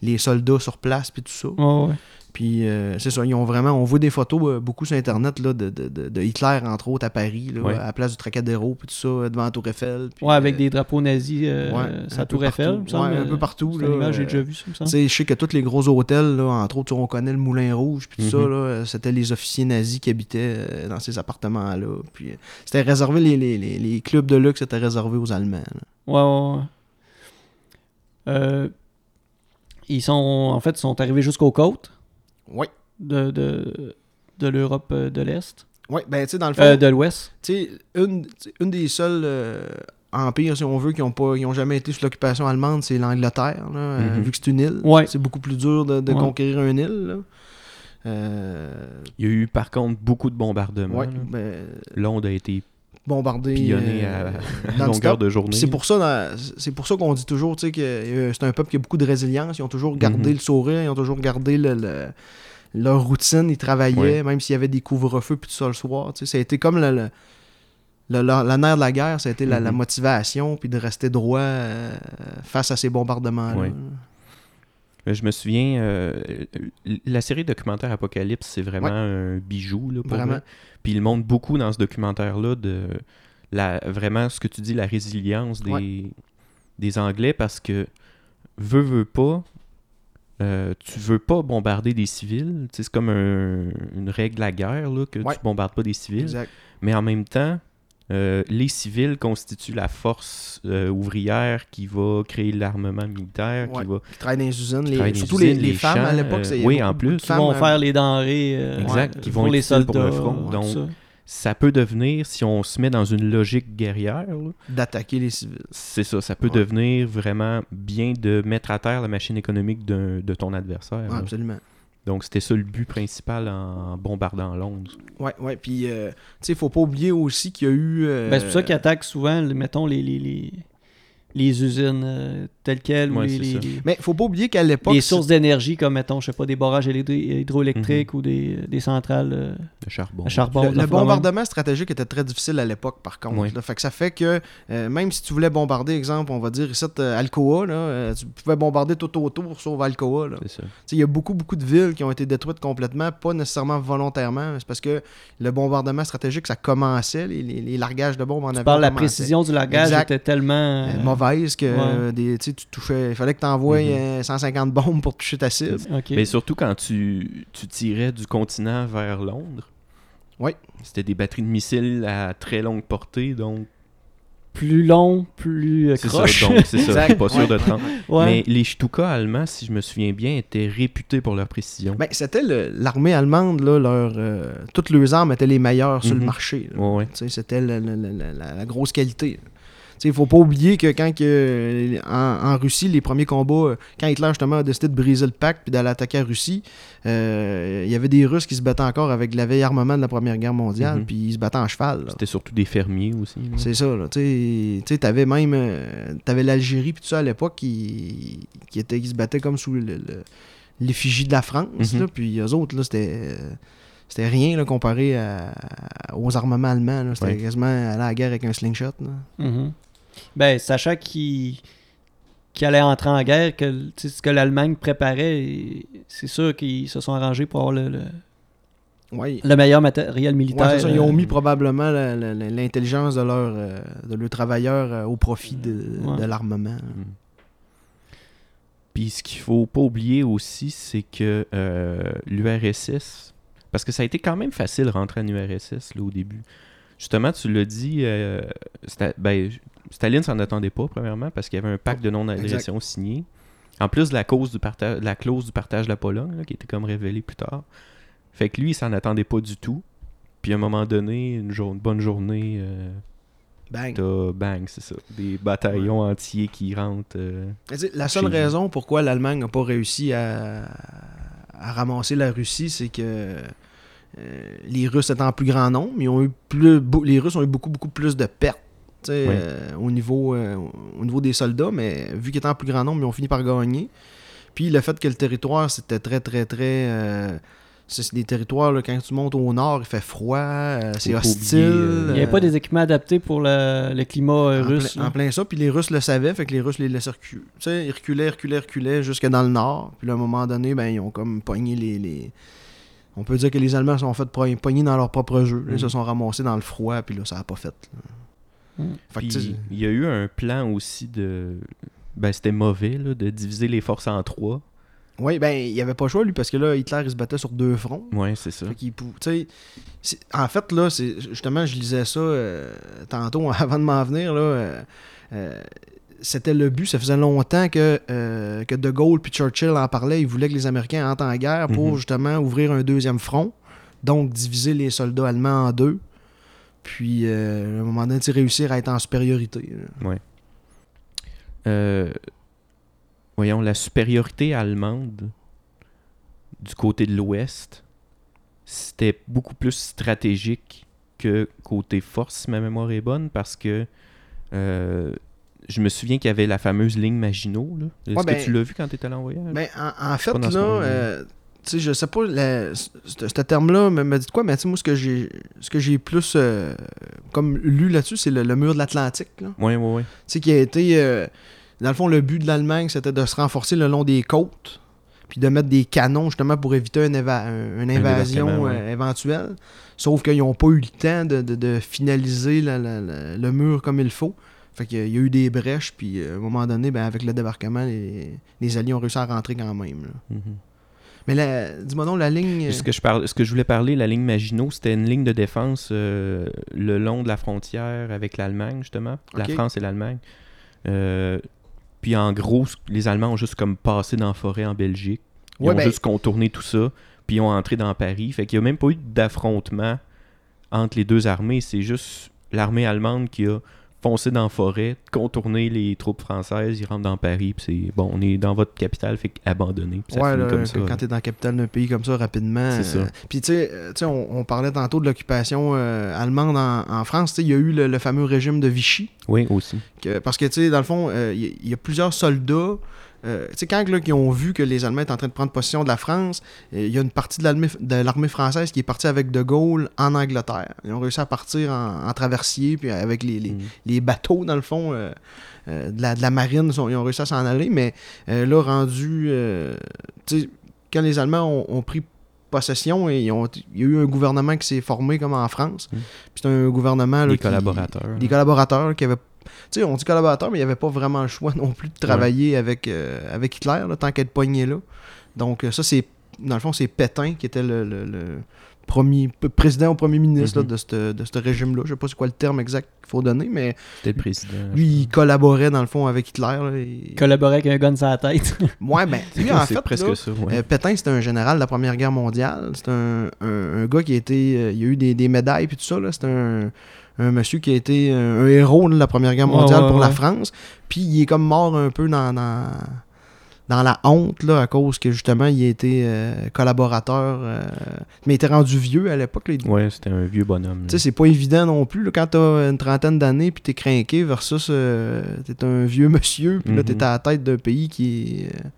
Speaker 3: les soldats sur place puis tout ça.
Speaker 1: Ouais, ouais.
Speaker 3: Puis euh, c'est ça, ils ont vraiment. On voit des photos euh, beaucoup sur Internet là, de, de- de- de Hitler, entre autres, à Paris, là,
Speaker 2: Ouais.
Speaker 3: à la place du Trocadéro, puis tout ça, euh, devant la Tour Eiffel. puis,
Speaker 1: Ouais, avec
Speaker 3: euh,
Speaker 1: des drapeaux nazis, euh,
Speaker 3: ouais,
Speaker 1: ça
Speaker 3: un peu
Speaker 1: tour Eiffel,
Speaker 3: partout.
Speaker 1: il me semble.
Speaker 3: Ouais, un peu
Speaker 1: euh,
Speaker 3: partout.
Speaker 1: c'est
Speaker 3: Là,
Speaker 1: une image, j'ai
Speaker 3: euh,
Speaker 1: déjà vu ça, il me
Speaker 3: tu
Speaker 1: semble.
Speaker 3: sais, je sais que tous les gros hôtels, là, entre autres, on connaît le Moulin Rouge, puis tout ça,
Speaker 2: Mhm.
Speaker 3: là, euh, c'était les officiers nazis qui habitaient euh, dans ces appartements-là. Puis euh, c'était réservé, les, les- les- les clubs de luxe étaient réservés aux Allemands. là.
Speaker 1: Ouais, ouais, ouais. Euh, ils sont, en fait, ils sont arrivés jusqu'aux côtes
Speaker 3: Ouais.
Speaker 1: de, de, de l'Europe euh, de l'Est,
Speaker 3: Ouais, ben, tu sais, dans le fond,
Speaker 1: euh, de l'Ouest.
Speaker 3: tu sais, une, tu sais, une des seules euh, empires, si on veut, qui n'ont pas, qui ont jamais été sous l'occupation allemande, c'est l'Angleterre, là, euh,
Speaker 2: Mhm.
Speaker 3: vu que c'est une île.
Speaker 1: Ouais.
Speaker 3: C'est beaucoup plus dur de, de
Speaker 1: Ouais.
Speaker 3: conquérir une île, là. Euh,
Speaker 2: Il y a eu par contre beaucoup de bombardements.
Speaker 3: ouais,
Speaker 2: là.
Speaker 3: ben,
Speaker 2: Londres a été
Speaker 3: bombarder.
Speaker 2: pillonnée à,
Speaker 3: euh,
Speaker 2: à
Speaker 3: non-stop.
Speaker 2: longueur de journée.
Speaker 3: Puis c'est pour ça dans- c'est pour ça qu'on dit toujours tu sais, que euh, c'est un peuple qui a beaucoup de résilience ils ont toujours gardé
Speaker 2: Mhm.
Speaker 3: le sourire ils ont toujours gardé le- le- leur routine ils travaillaient même s'il y avait des couvre-feux puis tout ça le soir tu sais, ça a été comme le, le- le- la, la nerf de la guerre ça a été la, la
Speaker 2: Mhm.
Speaker 3: motivation puis de rester droit euh, face à ces bombardements là
Speaker 2: Ouais. Euh, Je me souviens, euh, euh, la série documentaire Apocalypse, c'est vraiment un
Speaker 3: Ouais.
Speaker 2: bijou. Là, pour
Speaker 3: Vraiment.
Speaker 2: moi. Puis il montre beaucoup dans ce documentaire-là de la, vraiment ce que tu dis, la résilience des, des Anglais parce que veux, veux pas. euh, tu veux pas bombarder des civils, Tu sais, c'est comme un- une règle de la guerre là, que
Speaker 3: Ouais.
Speaker 2: tu bombardes pas des civils.
Speaker 3: exact
Speaker 2: Mais en même temps, euh, les civils constituent la force euh, ouvrière qui va créer l'armement militaire,
Speaker 3: Ouais.
Speaker 2: qui va...
Speaker 3: ils travaillent dans les usines les-
Speaker 2: travaillent dans les
Speaker 3: surtout
Speaker 2: usines,
Speaker 3: les, les
Speaker 2: les
Speaker 3: femmes à
Speaker 2: champs,
Speaker 3: l'époque
Speaker 2: euh,
Speaker 3: c'est
Speaker 2: oui,
Speaker 3: beaucoup-
Speaker 2: en
Speaker 3: beaucoup de
Speaker 2: plus.
Speaker 1: Qui
Speaker 3: femmes,
Speaker 1: vont
Speaker 3: euh,
Speaker 1: faire les denrées euh,
Speaker 2: Exact, qui vont
Speaker 1: pour
Speaker 2: être
Speaker 1: les
Speaker 2: utiles
Speaker 1: soldats.
Speaker 2: pour le front,
Speaker 1: tout
Speaker 2: donc-
Speaker 1: ça.
Speaker 2: Ça peut devenir, si on se met dans une logique guerrière, là,
Speaker 3: d'attaquer les civils
Speaker 2: c'est ça, ça peut
Speaker 3: Ouais.
Speaker 2: devenir vraiment bien de mettre à terre la machine économique d'un- de ton adversaire.
Speaker 3: Ouais,
Speaker 2: là.
Speaker 3: absolument
Speaker 2: Donc c'était ça le but principal en bombardant Londres.
Speaker 3: ouais ouais puis euh, tu sais faut pas oublier aussi qu'il y a eu euh,
Speaker 1: Ben, c'est pour ça qu'ils attaquent souvent, le- mettons, les, les, les, les usines euh, telles quelles, ou
Speaker 2: Ouais,
Speaker 1: les,
Speaker 2: c'est
Speaker 1: les-
Speaker 2: ça.
Speaker 1: les-
Speaker 3: Mais faut pas oublier qu'à l'époque.
Speaker 1: les sources d'énergie, comme mettons, je sais pas, des barrages hydro- hydroélectriques
Speaker 2: Mhm.
Speaker 1: ou des, des centrales euh,
Speaker 2: de charbon.
Speaker 1: à charbon.
Speaker 3: Le,
Speaker 1: des
Speaker 3: le
Speaker 1: affaires de même.
Speaker 3: bombardement stratégique était très difficile à l'époque, par contre.
Speaker 2: Oui.
Speaker 3: là. Fait que ça fait que euh, même si tu voulais bombarder, exemple, on va dire ici, euh, Alcoa, là, euh, tu pouvais bombarder tout autour sauf Alcoa. là.
Speaker 2: C'est ça.
Speaker 3: Tu sais, Il y a beaucoup, beaucoup de villes qui ont été détruites complètement, pas nécessairement volontairement. mais C'est parce que le bombardement stratégique, ça commençait, les, les- les largages de bombes en
Speaker 1: Tu
Speaker 3: avion
Speaker 1: parles, la
Speaker 3: commençaient.
Speaker 1: précision du langage
Speaker 3: Exact.
Speaker 1: était tellement.
Speaker 3: Euh,
Speaker 1: euh,
Speaker 3: mauvaise que
Speaker 1: Ouais. Mm-hmm.
Speaker 3: euh, des, tu sais, tu touchais, il fallait que tu envoies
Speaker 2: Mhm.
Speaker 3: 150 bombes pour toucher ta cible.
Speaker 1: ok.
Speaker 2: Mais surtout quand tu, tu tirais du continent vers Londres.
Speaker 3: Oui.
Speaker 2: C'était des batteries de missiles à très longue portée, donc
Speaker 1: Plus long, plus euh,
Speaker 2: c'est ça.
Speaker 1: croche.
Speaker 2: Donc c'est ça.
Speaker 3: Exact.
Speaker 2: je suis pas sûr
Speaker 3: Ouais.
Speaker 2: de te rendre.
Speaker 1: Ouais.
Speaker 2: Mais les Stuka allemands, si je me souviens bien, étaient réputés pour leur précision.
Speaker 3: Ben, c'était le- l'armée allemande, là, leur, euh, toutes leurs armes étaient les meilleures sur
Speaker 1: Mm-hmm.
Speaker 3: le
Speaker 2: Mhm.
Speaker 3: marché. là.
Speaker 2: Ouais, ouais.
Speaker 3: Tu sais, C'était la, la- la- la- la grosse qualité. Il ne faut pas oublier que quand que, euh, en, en Russie, les premiers combats, euh, quand Hitler justement a décidé de briser le pacte puis d'aller attaquer la Russie, euh, il y avait des Russes qui se battaient encore avec la vieille armement de la Première Guerre mondiale,
Speaker 2: Mhm.
Speaker 3: puis ils se battaient en cheval. là.
Speaker 2: C'était surtout des fermiers aussi.
Speaker 1: Mhm.
Speaker 2: là.
Speaker 3: C'est ça, là. Tu sais- tu sais, t'avais même. euh, t'avais l'Algérie, puis tout ça à l'époque, qui, qui, était, qui se battait comme sous le- le- l'effigie de la France,
Speaker 2: Mhm.
Speaker 3: là. Puis eux autres, là, c'était. euh, C'était rien, là, comparé à- aux armements allemands, là. C'était
Speaker 2: Ouais.
Speaker 3: quasiment aller à la guerre avec un slingshot, là.
Speaker 1: Mhm. Ben, sachant qu'il qu'il allait entrer en guerre, que le- tu sais, ce que l'Allemagne préparait, et c'est sûr qu'ils se sont arrangés pour avoir le, le,
Speaker 3: Ouais.
Speaker 1: le meilleur matériel
Speaker 3: Ouais,
Speaker 1: militaire.
Speaker 3: c'est ça, ils
Speaker 1: euh,
Speaker 3: ont mis probablement la- la- la- l'intelligence de leurs euh, de leurs travailleurs euh, au profit de,
Speaker 1: Ouais.
Speaker 3: de l'armement. là.
Speaker 2: Mm. Puis ce qu'il faut pas oublier aussi, c'est que euh, l'URSS, parce que ça a été quand même facile de rentrer en URSS là, au début. Justement, tu l'as dit, euh, Sta- ben, Staline s'en attendait pas, premièrement, parce qu'il y avait un pacte de non-agression signé. En plus de la, cause du parta- de la clause du partage de la Pologne, là, qui était comme révélée plus tard. Fait que lui, il s'en attendait pas du tout. Puis à un moment donné, une, jour- une bonne journée, euh,
Speaker 3: Bang.
Speaker 2: t'as bang, c'est ça. Des bataillons entiers qui rentrent. euh,
Speaker 3: Mais tu sais, La seule
Speaker 2: Chez-
Speaker 3: raison pourquoi l'Allemagne n'a pas réussi à, à ramasser la Russie, c'est que euh, les Russes étaient en plus grand nombre, ils ont eu plus, bou- les Russes ont eu beaucoup, beaucoup plus de pertes tu sais,
Speaker 2: Oui.
Speaker 3: euh, au, niveau, euh, au niveau des soldats, mais vu qu'ils étaient en plus grand nombre, ils ont fini par gagner. Puis le fait que le territoire, c'était très, très, très... euh, c'est c'est des territoires, là, quand tu montes au nord, il fait froid, euh, c'est
Speaker 2: Faut pas
Speaker 3: hostile.
Speaker 2: oublier, euh,
Speaker 1: Il n'y avait pas des équipements adaptés pour le, le climat euh,
Speaker 3: en plein-
Speaker 1: russe.
Speaker 3: En,
Speaker 1: là.
Speaker 3: plein ça, puis les Russes le savaient, fait que les Russes les laissaient reculer. Tu sais, ils reculaient, reculaient, reculaient jusque dans le nord. Puis là, à un moment donné, ben, ils ont comme pogné les. les- On peut dire que les Allemands se sont fait pogn- pogner dans leur propre jeu. là.
Speaker 2: Mm.
Speaker 3: Ils se sont ramassés dans le froid, puis là, ça n'a pas fait. là.
Speaker 1: Mm.
Speaker 3: Fait que,
Speaker 2: Puis,
Speaker 3: tu sais,
Speaker 2: il y a eu un plan aussi de. Ben, c'était mauvais, là, de diviser les forces en trois.
Speaker 3: Oui, ben, il avait pas le choix, lui, parce que là, Hitler, il se battait sur deux fronts.
Speaker 2: Ouais, c'est ça.
Speaker 3: Fait qu'il pou- tu sais, c'est- en fait, là, c'est justement, je lisais ça euh, tantôt avant de m'en venir. Là, euh, euh, c'était le but. Ça faisait longtemps que, euh, que De Gaulle puis Churchill en parlaient. Ils voulaient que les Américains entrent en guerre pour
Speaker 2: Mhm.
Speaker 3: justement ouvrir un deuxième front. Donc, diviser les soldats allemands en deux. Puis, euh, à un moment donné, tu sais, réussir à être en supériorité. là.
Speaker 2: Euh, Voyons, la supériorité allemande du côté de l'Ouest, c'était beaucoup plus stratégique que côté force, si ma mémoire est bonne, parce que euh, je me souviens qu'il y avait la fameuse ligne Maginot. là. Est-ce
Speaker 3: Ouais,
Speaker 2: que
Speaker 3: ben-
Speaker 2: tu l'as vu quand tu étais allé en voyage?
Speaker 3: Ben, en, en fait,
Speaker 2: Pas dans ce
Speaker 3: là,
Speaker 2: moment-là.
Speaker 3: euh, tu sais, je sais pas, la- ce- ce ce terme-là me, me dit de quoi, mais tu sais, moi, ce que j'ai ce que j'ai plus euh, comme lu là-dessus, c'est le, le mur de l'Atlantique, là.
Speaker 2: Oui, oui, oui.
Speaker 3: Tu sais, qui a été. euh, dans le fond, le but de l'Allemagne, c'était de se renforcer le long des côtes, puis de mettre des canons, justement, pour éviter une, éva- un- une invasion
Speaker 2: débarquement, ouais.
Speaker 3: euh, éventuelle. Sauf qu'ils n'ont pas eu le temps de, de- de finaliser la- la- la- le mur comme il faut. Fait qu'il y a eu des brèches, puis euh, à un moment donné, ben, avec le débarquement, les, les Alliés ont réussi à rentrer quand même. là.
Speaker 2: Mhm.
Speaker 3: Mais la- dis-moi non, la ligne.
Speaker 2: Ce que, je parle, ce que je voulais parler, la ligne Maginot, c'était une ligne de défense euh, le long de la frontière avec l'Allemagne, justement. La
Speaker 3: Ok.
Speaker 2: France et l'Allemagne. Euh, puis en gros, ce- les Allemands ont juste comme passé dans la forêt en Belgique. Ils
Speaker 3: Ouais,
Speaker 2: ont
Speaker 3: ben,
Speaker 2: juste contourné tout ça, puis ils ont entré dans Paris. Fait qu'il n'y a même pas eu d'affrontement entre les deux armées. C'est juste l'armée allemande qui a foncer dans la forêt, contourner les troupes françaises, ils rentrent dans Paris, puis c'est bon, on est dans votre capitale, fait abandonner. Puis ça
Speaker 3: ouais,
Speaker 2: finit
Speaker 3: là,
Speaker 2: comme
Speaker 3: que-
Speaker 2: ça.
Speaker 3: quand t'es dans la capitale d'un pays comme ça rapidement.
Speaker 2: C'est
Speaker 3: euh,
Speaker 2: ça.
Speaker 3: Puis tu sais, euh, tu sais, on, on parlait tantôt de l'occupation euh, allemande en, en France. Tu sais, il y a eu le, le fameux régime de Vichy.
Speaker 2: Oui, aussi.
Speaker 3: Que- parce que tu sais, dans le fond, euh, il y, il y a plusieurs soldats. euh, tu sais, quand là, ils ont vu que les Allemands étaient en train de prendre possession de la France, euh, il y a une partie de l'armée, de l'armée française qui est partie avec De Gaulle en Angleterre. Ils ont réussi à partir en, en traversier, puis avec les, les-
Speaker 2: Mm.
Speaker 3: les bateaux, dans le fond, euh, euh, de, la, de la marine, sont- ils ont réussi à s'en aller, mais euh, là, rendu. euh, tu sais, quand les Allemands ont, ont pris possession, et ils ont- il y a eu un gouvernement qui s'est formé comme en France.
Speaker 2: Mm.
Speaker 3: Puis c'est un gouvernement. là,
Speaker 2: Les
Speaker 3: qui-
Speaker 2: collaborateurs.
Speaker 3: Des collaborateurs qui avaient. Tu sais, on dit collaborateurs, mais il n'y avait pas vraiment le choix non plus de travailler avec, euh, avec Hitler, là, tant qu'être pogné là. Donc, euh, ça, c'est. Dans le fond, c'est Pétain qui était le. le- le Premier, p- président ou premier ministre
Speaker 2: Mhm.
Speaker 3: là, de ce de ce régime-là. Je sais pas c'est quoi le terme exact qu'il faut donner, mais
Speaker 2: C'était le président.
Speaker 3: lui, il collaborait dans le fond avec Hitler. là, et-
Speaker 1: Collaborer avec un gun sur la tête.
Speaker 3: Ouais, ben, lui, en
Speaker 2: c'est
Speaker 3: fait,
Speaker 2: presque
Speaker 3: là,
Speaker 2: ça. ouais.
Speaker 3: euh, Pétain, c'était un général de la Première Guerre mondiale. C'est un, un- un gars qui a été. euh, il a eu des, des médailles puis tout ça. là. C'est un, un monsieur qui a été euh, un héros de la Première Guerre
Speaker 1: Ouais,
Speaker 3: mondiale
Speaker 1: ouais,
Speaker 3: pour la
Speaker 1: ouais.
Speaker 3: France. Puis il est comme mort un peu dans, dans, dans la honte là, à cause que justement il a été euh, collaborateur. euh, mais il était rendu vieux à l'époque. là. Il-
Speaker 2: Ouais, c'était un vieux bonhomme. là.
Speaker 3: Tu sais, c'est pas évident non plus là, quand t'as une trentaine d'années puis t'es craqué versus euh, t'es un vieux monsieur puis là
Speaker 2: Mhm.
Speaker 3: t'es à la tête d'un pays qui euh,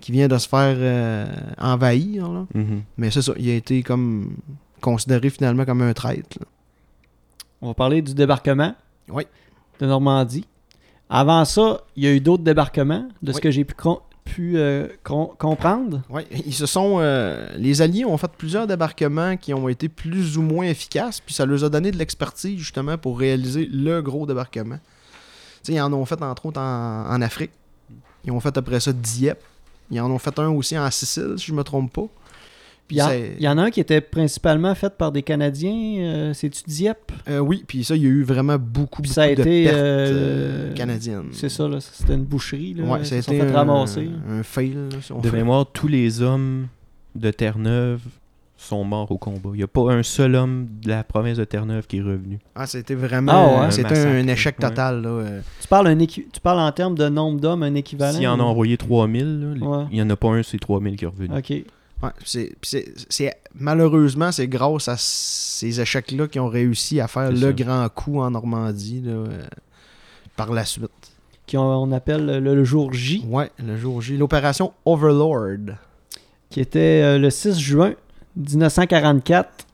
Speaker 3: qui vient de se faire euh, envahir. là.
Speaker 2: Mhm.
Speaker 3: Mais c'est ça, il a été comme considéré finalement comme un traître. là.
Speaker 1: On va parler du débarquement
Speaker 3: Oui.
Speaker 1: de Normandie. Avant ça, il y a eu d'autres débarquements, de
Speaker 3: Oui.
Speaker 1: ce que j'ai pu, con- pu, euh, con- comprendre.
Speaker 3: Ouais, ils se sont euh, les alliés ont fait plusieurs débarquements qui ont été plus ou moins efficaces puis ça leur a donné de l'expertise justement pour réaliser le gros débarquement. Tu sais, ils en ont fait entre autres en, en Afrique. Ils ont fait après ça Dieppe. Ils en ont fait un aussi en Sicile si je me trompe pas.
Speaker 1: Il
Speaker 3: Puis
Speaker 1: y, en-
Speaker 3: c'est-
Speaker 1: il y en a un qui était principalement fait par des Canadiens, euh, c'est-tu Dieppe?
Speaker 3: euh, oui, puis ça il y a eu vraiment beaucoup
Speaker 1: Puis
Speaker 3: beaucoup
Speaker 1: ça a
Speaker 3: de
Speaker 1: été,
Speaker 3: pertes
Speaker 1: euh,
Speaker 3: euh, canadiennes.
Speaker 1: C'est ça, là, c'était une boucherie. Là,
Speaker 3: Ouais,
Speaker 1: ils
Speaker 3: ça a
Speaker 1: se sont
Speaker 3: été
Speaker 1: fait
Speaker 3: un,
Speaker 1: ramasser.
Speaker 3: un fail là, si on
Speaker 2: De
Speaker 3: veut.
Speaker 2: mémoire, tous les hommes de Terre-Neuve sont morts au combat. Il n'y a pas un seul homme de la province de Terre-Neuve qui est revenu.
Speaker 3: Ah, c'était vraiment
Speaker 1: Ah ouais?
Speaker 3: c'était
Speaker 2: Un massacre,
Speaker 3: un échec
Speaker 2: ouais.
Speaker 3: total. là, euh.
Speaker 1: Tu parles, un équi- tu parles en termes de nombre d'hommes, un équivalent?
Speaker 2: S'il en a
Speaker 1: ou-
Speaker 2: envoyé 3000, là,
Speaker 1: Ouais.
Speaker 2: il n'y en a pas un, c'est 3000 qui est revenu.
Speaker 1: Ok.
Speaker 3: Ouais, puis c'est- puis c'est- c'est- malheureusement, c'est grâce à ces échecs-là qu'ils ont réussi à faire le
Speaker 2: C'est ça.
Speaker 3: grand coup en Normandie là, euh, par la suite.
Speaker 1: Qui on, on appelle le, le jour J,
Speaker 3: Ouais, le jour J. L'opération Overlord.
Speaker 1: qui était euh, le 6 juin 1944.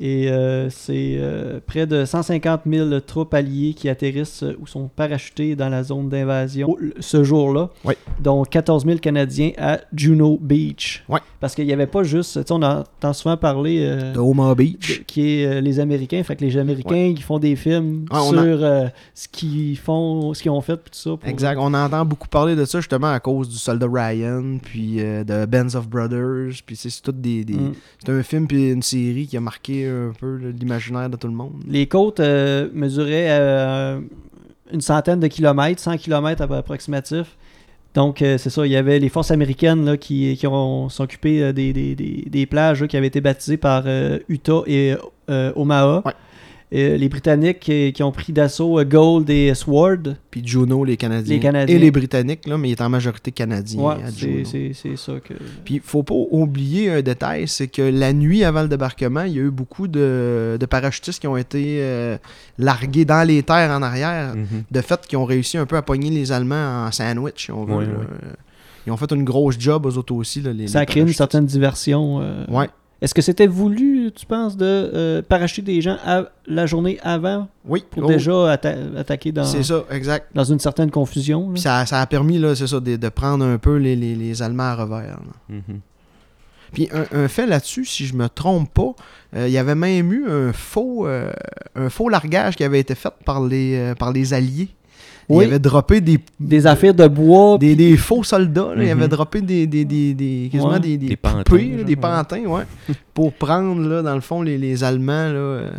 Speaker 1: Et euh, c'est euh, près de 150 000 troupes alliées qui atterrissent euh, ou sont parachutées dans la zone d'invasion
Speaker 3: Oh,
Speaker 1: au- ce jour-là,
Speaker 3: Oui.
Speaker 1: dont 14 000 Canadiens à Juno Beach.
Speaker 3: Oui.
Speaker 1: Parce qu'il n'y avait pas juste, tu sais, on entend souvent parler euh,
Speaker 3: De Omaha Beach.
Speaker 1: de- qui est euh, les Américains. Fait que les Américains, ils font des films
Speaker 3: Ah, on
Speaker 1: sur
Speaker 3: a-
Speaker 1: euh, ce qu'ils font, ce qu'ils ont fait, puis tout ça. pour-
Speaker 3: Exact. On entend beaucoup parler de ça justement à cause du soldat Ryan, puis euh, de Bands of Brothers. Puis c'est c'est tout des. des-
Speaker 1: Mm.
Speaker 3: C'est un film puis une série qui a marqué un peu là, l'imaginaire de tout le monde.
Speaker 1: Les côtes euh, mesuraient euh, une centaine de kilomètres, 100 kilomètres à peu approximatif. Donc, euh, c'est ça, il y avait les forces américaines là, qui, qui ont s'occupé euh, des, des- des- des plages là, qui avaient été baptisées par euh, Utah et euh, Omaha.
Speaker 3: Ouais.
Speaker 1: Et, euh, les Britanniques qui, qui ont pris d'assaut euh, Gold et Sword.
Speaker 3: Puis Juno, les Canadiens.
Speaker 1: Les Canadiens.
Speaker 3: Et les Britanniques, là, mais il est en majorité canadien
Speaker 1: Ouais,
Speaker 3: à
Speaker 1: c'est-
Speaker 3: Juno.
Speaker 1: c'est c'est ça que.
Speaker 3: Puis faut pas oublier un détail, c'est que la nuit avant le débarquement, il y a eu beaucoup de, de parachutistes qui ont été euh, largués dans les terres en arrière.
Speaker 2: Mhm.
Speaker 3: De fait, qui ont réussi un peu à pogner les Allemands en sandwich. si on veut,
Speaker 2: Ouais,
Speaker 3: là.
Speaker 2: ouais.
Speaker 3: Ils ont fait une grosse job, eux autres aussi. Là, les,
Speaker 1: Ça
Speaker 3: les
Speaker 1: a créé une
Speaker 3: parachutistes.
Speaker 1: certaine diversion. euh.
Speaker 3: Ouais.
Speaker 1: Est-ce que c'était voulu, tu penses, de euh, parachuter des gens à- la journée avant
Speaker 3: Oui,
Speaker 1: pour
Speaker 3: oh,
Speaker 1: déjà euh, atta- attaquer dans.
Speaker 3: C'est ça, exact.
Speaker 1: dans une certaine confusion. là.
Speaker 3: Puis ça, ça a permis, là, c'est ça, de, de prendre un peu les, les- les Allemands à revers. là.
Speaker 2: Mhm.
Speaker 3: Puis un, un fait là-dessus, si je me trompe pas, euh, il y avait même eu un faux, euh, un faux largage qui avait été fait par les, euh, par les Alliés.
Speaker 1: Oui.
Speaker 3: Ils avaient droppé des,
Speaker 1: Des affaires de bois.
Speaker 3: des, des faux soldats. là. Ils
Speaker 2: Mhm.
Speaker 3: avaient droppé des, des, des, des- quasiment
Speaker 1: Ouais.
Speaker 3: des, des,
Speaker 2: Des
Speaker 3: poupées,
Speaker 2: pantins,
Speaker 3: là,
Speaker 2: genre,
Speaker 3: des
Speaker 2: ouais.
Speaker 3: pantins, ouais, pour prendre, là, dans le fond, les, les Allemands. Là, euh,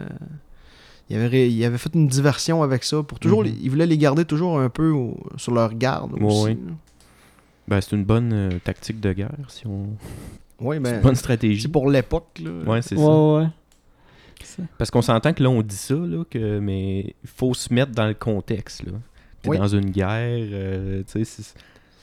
Speaker 3: ils, avaient, ré- ils avaient fait une diversion avec ça. pour toujours
Speaker 2: Mhm.
Speaker 3: les- Ils voulaient les garder toujours un peu au- sur leur garde
Speaker 2: Ouais,
Speaker 3: aussi.
Speaker 2: ouais.
Speaker 3: là.
Speaker 2: Ben, c'est une bonne euh, tactique de guerre, si on...
Speaker 3: Ouais,
Speaker 2: c'est
Speaker 3: ben,
Speaker 2: une bonne
Speaker 3: c'est
Speaker 2: stratégie.
Speaker 3: pour l'époque. là.
Speaker 2: Ouais, c'est
Speaker 1: Ouais,
Speaker 2: ça.
Speaker 1: ouais. ça.
Speaker 2: Parce qu'on s'entend que là, on dit ça, là, que, mais il faut se mettre dans le contexte. Là. T'es
Speaker 3: Oui.
Speaker 2: dans une guerre, euh, tu sais, c'est-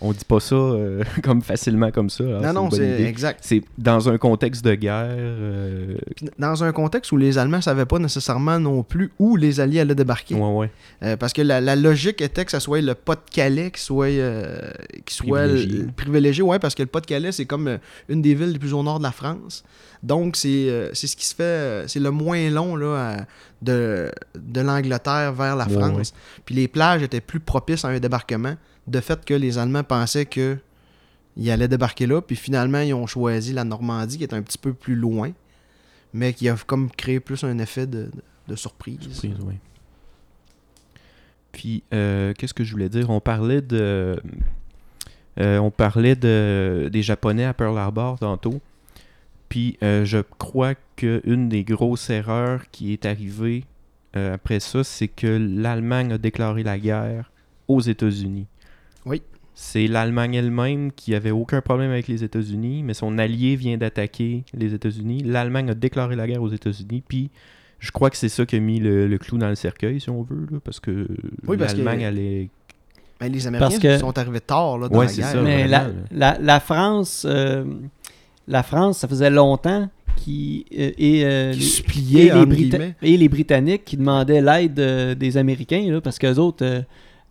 Speaker 2: on dit pas ça euh, comme facilement comme ça. alors
Speaker 3: non, non,
Speaker 2: une bonne
Speaker 3: c'est
Speaker 2: idée.
Speaker 3: exact.
Speaker 2: C'est dans un contexte de guerre. euh,
Speaker 3: Puis Dans un contexte où les Allemands savaient pas nécessairement non plus où les Alliés allaient débarquer.
Speaker 2: Ouais, ouais.
Speaker 3: Euh, parce que la, la logique était que ça soit le Pas-de-Calais qui soit, euh, qui soit
Speaker 2: Privilégié.
Speaker 3: le- privilégié, ouais, parce que le Pas-de-Calais, c'est comme euh, une des villes les plus au nord de la France. Donc, c'est euh, c'est ce qui se fait, euh, c'est le moins long là, à- de, de l'Angleterre vers la
Speaker 2: Ouais,
Speaker 3: France. Puis les plages étaient plus propices à un débarquement, de fait que les Allemands pensaient que ils allaient débarquer là, puis finalement, ils ont choisi la Normandie, qui est un petit peu plus loin, mais qui a comme créé plus un effet de, de- de surprise.
Speaker 2: Surprise, oui. Puis, euh, qu'est-ce que je voulais dire? On parlait de... euh, on parlait de, des Japonais à Pearl Harbor tantôt. Puis, euh, je crois qu'une des grosses erreurs qui est arrivée euh, après ça, c'est que l'Allemagne a déclaré la guerre aux États-Unis.
Speaker 3: Oui.
Speaker 2: C'est l'Allemagne elle-même qui avait aucun problème avec les États-Unis, mais son allié vient d'attaquer les États-Unis. L'Allemagne a déclaré la guerre aux États-Unis, puis je crois que c'est ça qui a mis le, le clou dans le cercueil, si on veut, là, parce que
Speaker 3: Oui, parce que-
Speaker 2: l'Allemagne allait.
Speaker 3: Mais Ben, les Américains
Speaker 1: que-
Speaker 3: sont arrivés tard là, dans
Speaker 2: Ouais,
Speaker 3: la
Speaker 2: c'est
Speaker 3: guerre.
Speaker 2: ça.
Speaker 1: Mais la,
Speaker 2: vraiment,
Speaker 1: la- la France, euh, la France, ça faisait longtemps qui et, euh,
Speaker 3: Qui
Speaker 1: les-
Speaker 3: suppliait,
Speaker 1: et les,
Speaker 3: entre
Speaker 1: Brita-
Speaker 3: guillemets.
Speaker 1: et les Britanniques qui demandaient l'aide euh, des Américains là, parce qu'eux autres, euh,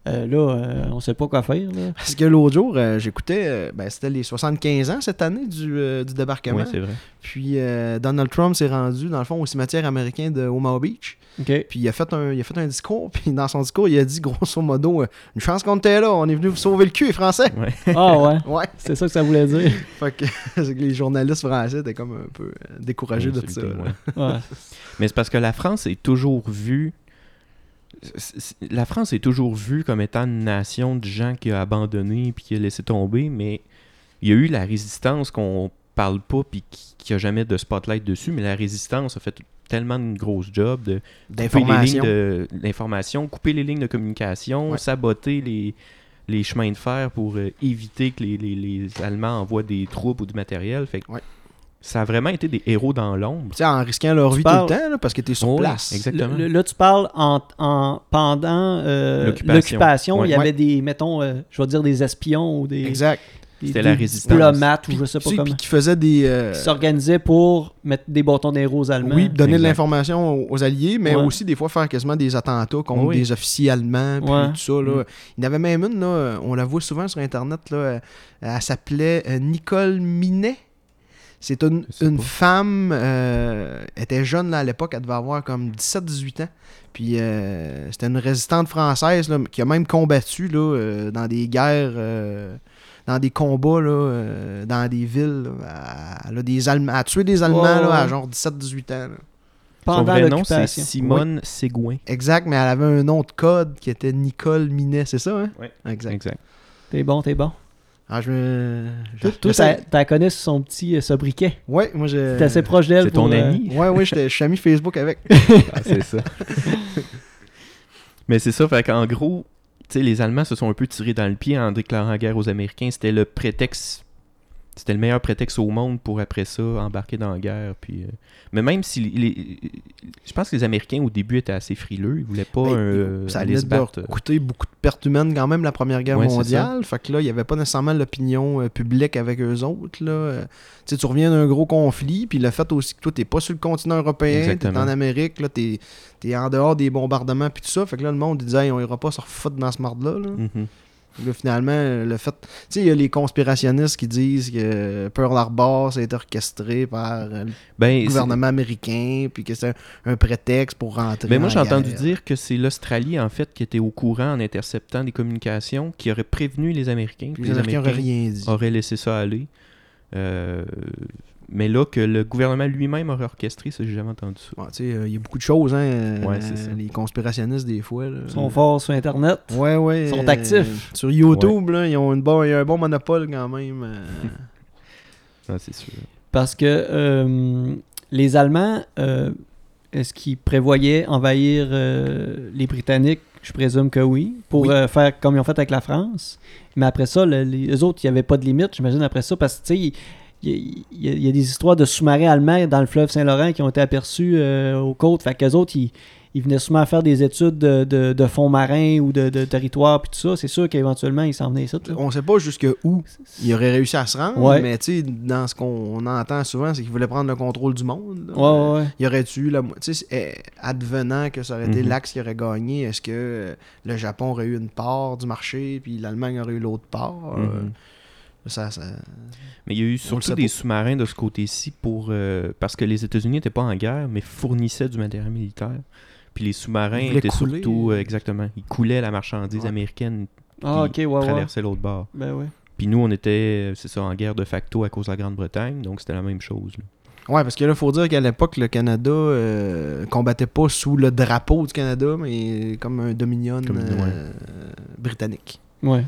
Speaker 1: euh, là, euh, on sait pas quoi faire. là.
Speaker 3: Parce que l'autre jour, euh, j'écoutais, euh, ben, c'était les 75 ans cette année du, euh, du débarquement.
Speaker 2: Oui, c'est vrai.
Speaker 3: Puis euh, Donald Trump s'est rendu, dans le fond, au cimetière américain de Omaha Beach.
Speaker 1: Ok.
Speaker 3: Puis il a fait un, il a fait un discours. Puis dans son discours, il a dit, grosso modo, euh, une chance qu'on était là, on est venu vous sauver le cul, les Français.
Speaker 1: Ah ouais,
Speaker 3: Ouais.
Speaker 1: c'est ça que ça voulait dire.
Speaker 3: Fait que c'est que les journalistes français étaient comme un peu euh, découragés
Speaker 2: Ouais,
Speaker 3: de
Speaker 2: c'est
Speaker 3: ça.
Speaker 2: le
Speaker 3: là.
Speaker 2: thé, ouais.
Speaker 1: Ouais.
Speaker 2: Mais c'est parce que la France est toujours vue. c'est- c'est- La France est toujours vue comme étant une nation de gens qui a abandonné puis qui a laissé tomber, mais il y a eu la résistance qu'on parle pas puis qui- qui a jamais de spotlight dessus, mais la résistance a fait tellement une grosse job de couper les lignes
Speaker 3: D'information.
Speaker 2: de l'information, couper les lignes de communication,
Speaker 3: Ouais.
Speaker 2: saboter les, les chemins de fer pour euh, éviter que les, les- les Allemands envoient des troupes ou du matériel. Fait que
Speaker 3: Ouais.
Speaker 2: ça a vraiment été des héros dans l'ombre.
Speaker 3: Tu sais, en risquant leur
Speaker 1: Tu
Speaker 3: vie
Speaker 1: parles-
Speaker 3: tout le temps, là, parce que t'es sur
Speaker 2: Ouais,
Speaker 3: place.
Speaker 2: Exactement.
Speaker 1: Le- le- là, tu parles en, en- pendant euh,
Speaker 2: L'occupation.
Speaker 1: l'occupation.
Speaker 2: Ouais.
Speaker 1: Il y avait
Speaker 3: Ouais.
Speaker 1: des, mettons, euh, je vais dire des espions ou des,
Speaker 3: Exact.
Speaker 1: des-
Speaker 2: C'était
Speaker 1: des
Speaker 2: la résistance.
Speaker 1: diplomates ou
Speaker 3: Puis,
Speaker 1: je sais pas
Speaker 3: tu sais,
Speaker 1: comment.
Speaker 3: puis qui faisait des... euh,
Speaker 1: qui s'organisaient pour mettre des bâtons des roses allemands.
Speaker 3: Oui, donner de
Speaker 2: Exact.
Speaker 3: l'information aux- aux alliés, mais
Speaker 1: Ouais.
Speaker 3: aussi des fois faire quasiment des attentats contre
Speaker 2: Oui. Mm.
Speaker 3: des officiers allemands, puis
Speaker 1: Ouais.
Speaker 3: tout ça. Là. Il y en avait même une, là, on la voit souvent sur Internet, là, euh, elle s'appelait euh, Nicole Minet. C'est une,
Speaker 2: Je sais
Speaker 3: une
Speaker 2: pas.
Speaker 3: femme, euh, elle était jeune là, à l'époque, elle devait avoir comme 17-18 ans. Puis euh, c'était une résistante française là, qui a même combattu là, euh, dans des guerres, euh, dans des combats, là, euh, dans des villes. là. Elle, a des Allemands, elle a tué des Allemands
Speaker 1: Ouais,
Speaker 3: là, à
Speaker 1: ouais.
Speaker 3: genre 17-18 ans. là.
Speaker 2: Son
Speaker 1: pendant
Speaker 2: vrai nom, c'est
Speaker 1: l'occupation.
Speaker 2: Simone Ségouin.
Speaker 3: Exact, mais elle avait un nom de code qui était Nicole Minet, c'est ça, hein?
Speaker 2: Ouais.
Speaker 3: Exact.
Speaker 2: Exact.
Speaker 1: T'es bon, t'es bon.
Speaker 3: Ah, je me.
Speaker 1: Toi, toi, t'as t'as la connais sur son petit euh, sobriquet.
Speaker 3: Ouais, moi j'ai.
Speaker 1: T'es assez proche d'elle.
Speaker 2: C'est ton
Speaker 1: pour, euh,
Speaker 2: ami.
Speaker 3: Ouais, ouais, j'étais- je suis ami Facebook avec.
Speaker 2: Ah, c'est ça. Mais c'est ça, fait qu'en gros, tu sais, les Allemands se sont un peu tirés dans le pied en déclarant la guerre aux Américains. C'était le prétexte. C'était le meilleur prétexte au monde pour après ça embarquer dans la guerre. Puis, euh, Mais même si. les- Je pense que les Américains au début étaient assez frileux. Ils voulaient pas
Speaker 3: Ben,
Speaker 2: euh,
Speaker 3: ça
Speaker 2: aller
Speaker 3: allait
Speaker 2: se battre.
Speaker 3: coûter beaucoup de pertes humaines quand même la Première Guerre
Speaker 2: Ouais, c'est
Speaker 3: mondiale. Fait que là, il n'y avait pas nécessairement l'opinion euh, publique avec eux autres. Là. Euh, tu sais, tu reviens d'un gros conflit, puis le fait aussi que toi, t'es pas sur le continent européen, t'es
Speaker 2: Exactement.
Speaker 3: en Amérique, là, t'es es en dehors des bombardements, puis tout ça. Fait que là, le monde, il disait, Hey, on ira pas se refoutre dans ce marde-là. là.
Speaker 2: Mhm.
Speaker 3: Là, finalement, euh, le fait. Tu sais, il y a les conspirationnistes qui disent que Pearl Harbor, ça a été orchestré par euh, le
Speaker 2: Ben, c'est-
Speaker 3: gouvernement américain, puis que c'est un, un prétexte pour rentrer.
Speaker 2: Ben moi,
Speaker 3: en
Speaker 2: j'ai entendu
Speaker 3: guerre.
Speaker 2: dire que c'est l'Australie, en fait, qui était au courant en interceptant des communications, qui aurait prévenu les Américains.
Speaker 3: Puis
Speaker 2: puis
Speaker 3: les Américains n'auraient rien dit.
Speaker 1: Ah.
Speaker 2: auraient laissé ça aller. Euh, mais là, que le gouvernement lui-même aurait orchestré, ça, j'ai jamais entendu ça.
Speaker 3: Bon, tu sais, euh, il y a beaucoup de choses, hein. euh,
Speaker 2: Ouais, c'est ça.
Speaker 3: Les conspirationnistes, des fois. Là.
Speaker 1: Ils sont forts sur Internet.
Speaker 3: Ouais, ouais.
Speaker 1: Ils sont
Speaker 3: euh,
Speaker 1: actifs.
Speaker 3: sur YouTube, là, ils ont une bon, il y a un bon monopole quand même. euh.
Speaker 2: Non, c'est sûr.
Speaker 1: Parce que euh, les Allemands, euh, est-ce qu'ils prévoyaient envahir euh, les Britanniques Je présume que oui, pour
Speaker 3: Oui.
Speaker 1: euh, faire comme ils ont fait avec la France. Mais après ça, le- les eux autres, il n'y avait pas de limite, j'imagine, après ça, parce que, tu sais, ils- il y, a- il y a des histoires de sous-marins allemands dans le fleuve Saint-Laurent qui ont été aperçus euh, aux côtes. Fait qu'eux autres, ils, ils venaient sûrement faire des études de, de, de fonds marins ou de, de territoire puis tout ça. C'est sûr qu'éventuellement, ils s'en venaient ici. là.
Speaker 3: On sait pas jusque où il aurait réussi à se rendre,
Speaker 1: Ouais.
Speaker 3: mais tu sais, dans ce qu'on entend souvent, c'est qu'il voulait prendre le contrôle du monde. là.
Speaker 1: Ouais, ouais, ouais.
Speaker 3: Il aurait-tu eu la mo- tu sais, c'est- eh, advenant que ça aurait été
Speaker 2: Mhm.
Speaker 3: l'axe qui aurait gagné, est-ce que euh, le Japon aurait eu une part du marché, puis l'Allemagne aurait eu l'autre part? euh,
Speaker 2: Mhm.
Speaker 3: ça, ça-
Speaker 2: Mais il y a eu
Speaker 3: le sait
Speaker 2: surtout
Speaker 3: pas.
Speaker 2: des sous-marins de ce côté-ci pour euh, parce que les États-Unis n'étaient pas en guerre, mais fournissaient du matériel militaire. Puis les sous-marins
Speaker 3: Ils voulaient
Speaker 2: étaient
Speaker 3: couler.
Speaker 2: surtout euh, exactement, ils coulaient la marchandise
Speaker 3: Ouais.
Speaker 2: américaine
Speaker 1: Ah, ok, ouais, ouais.
Speaker 2: traversait l'autre bord.
Speaker 1: Ben ouais.
Speaker 2: Puis nous, on était, euh, c'est ça, en guerre de facto à cause de la Grande-Bretagne, donc c'était la même chose. là.
Speaker 3: Ouais, parce que là, faut dire qu'à l'époque, le Canada euh, combattait pas sous le drapeau du Canada, mais comme un dominion
Speaker 2: Comme-
Speaker 3: euh,
Speaker 2: ouais.
Speaker 3: britannique.
Speaker 1: Ouais.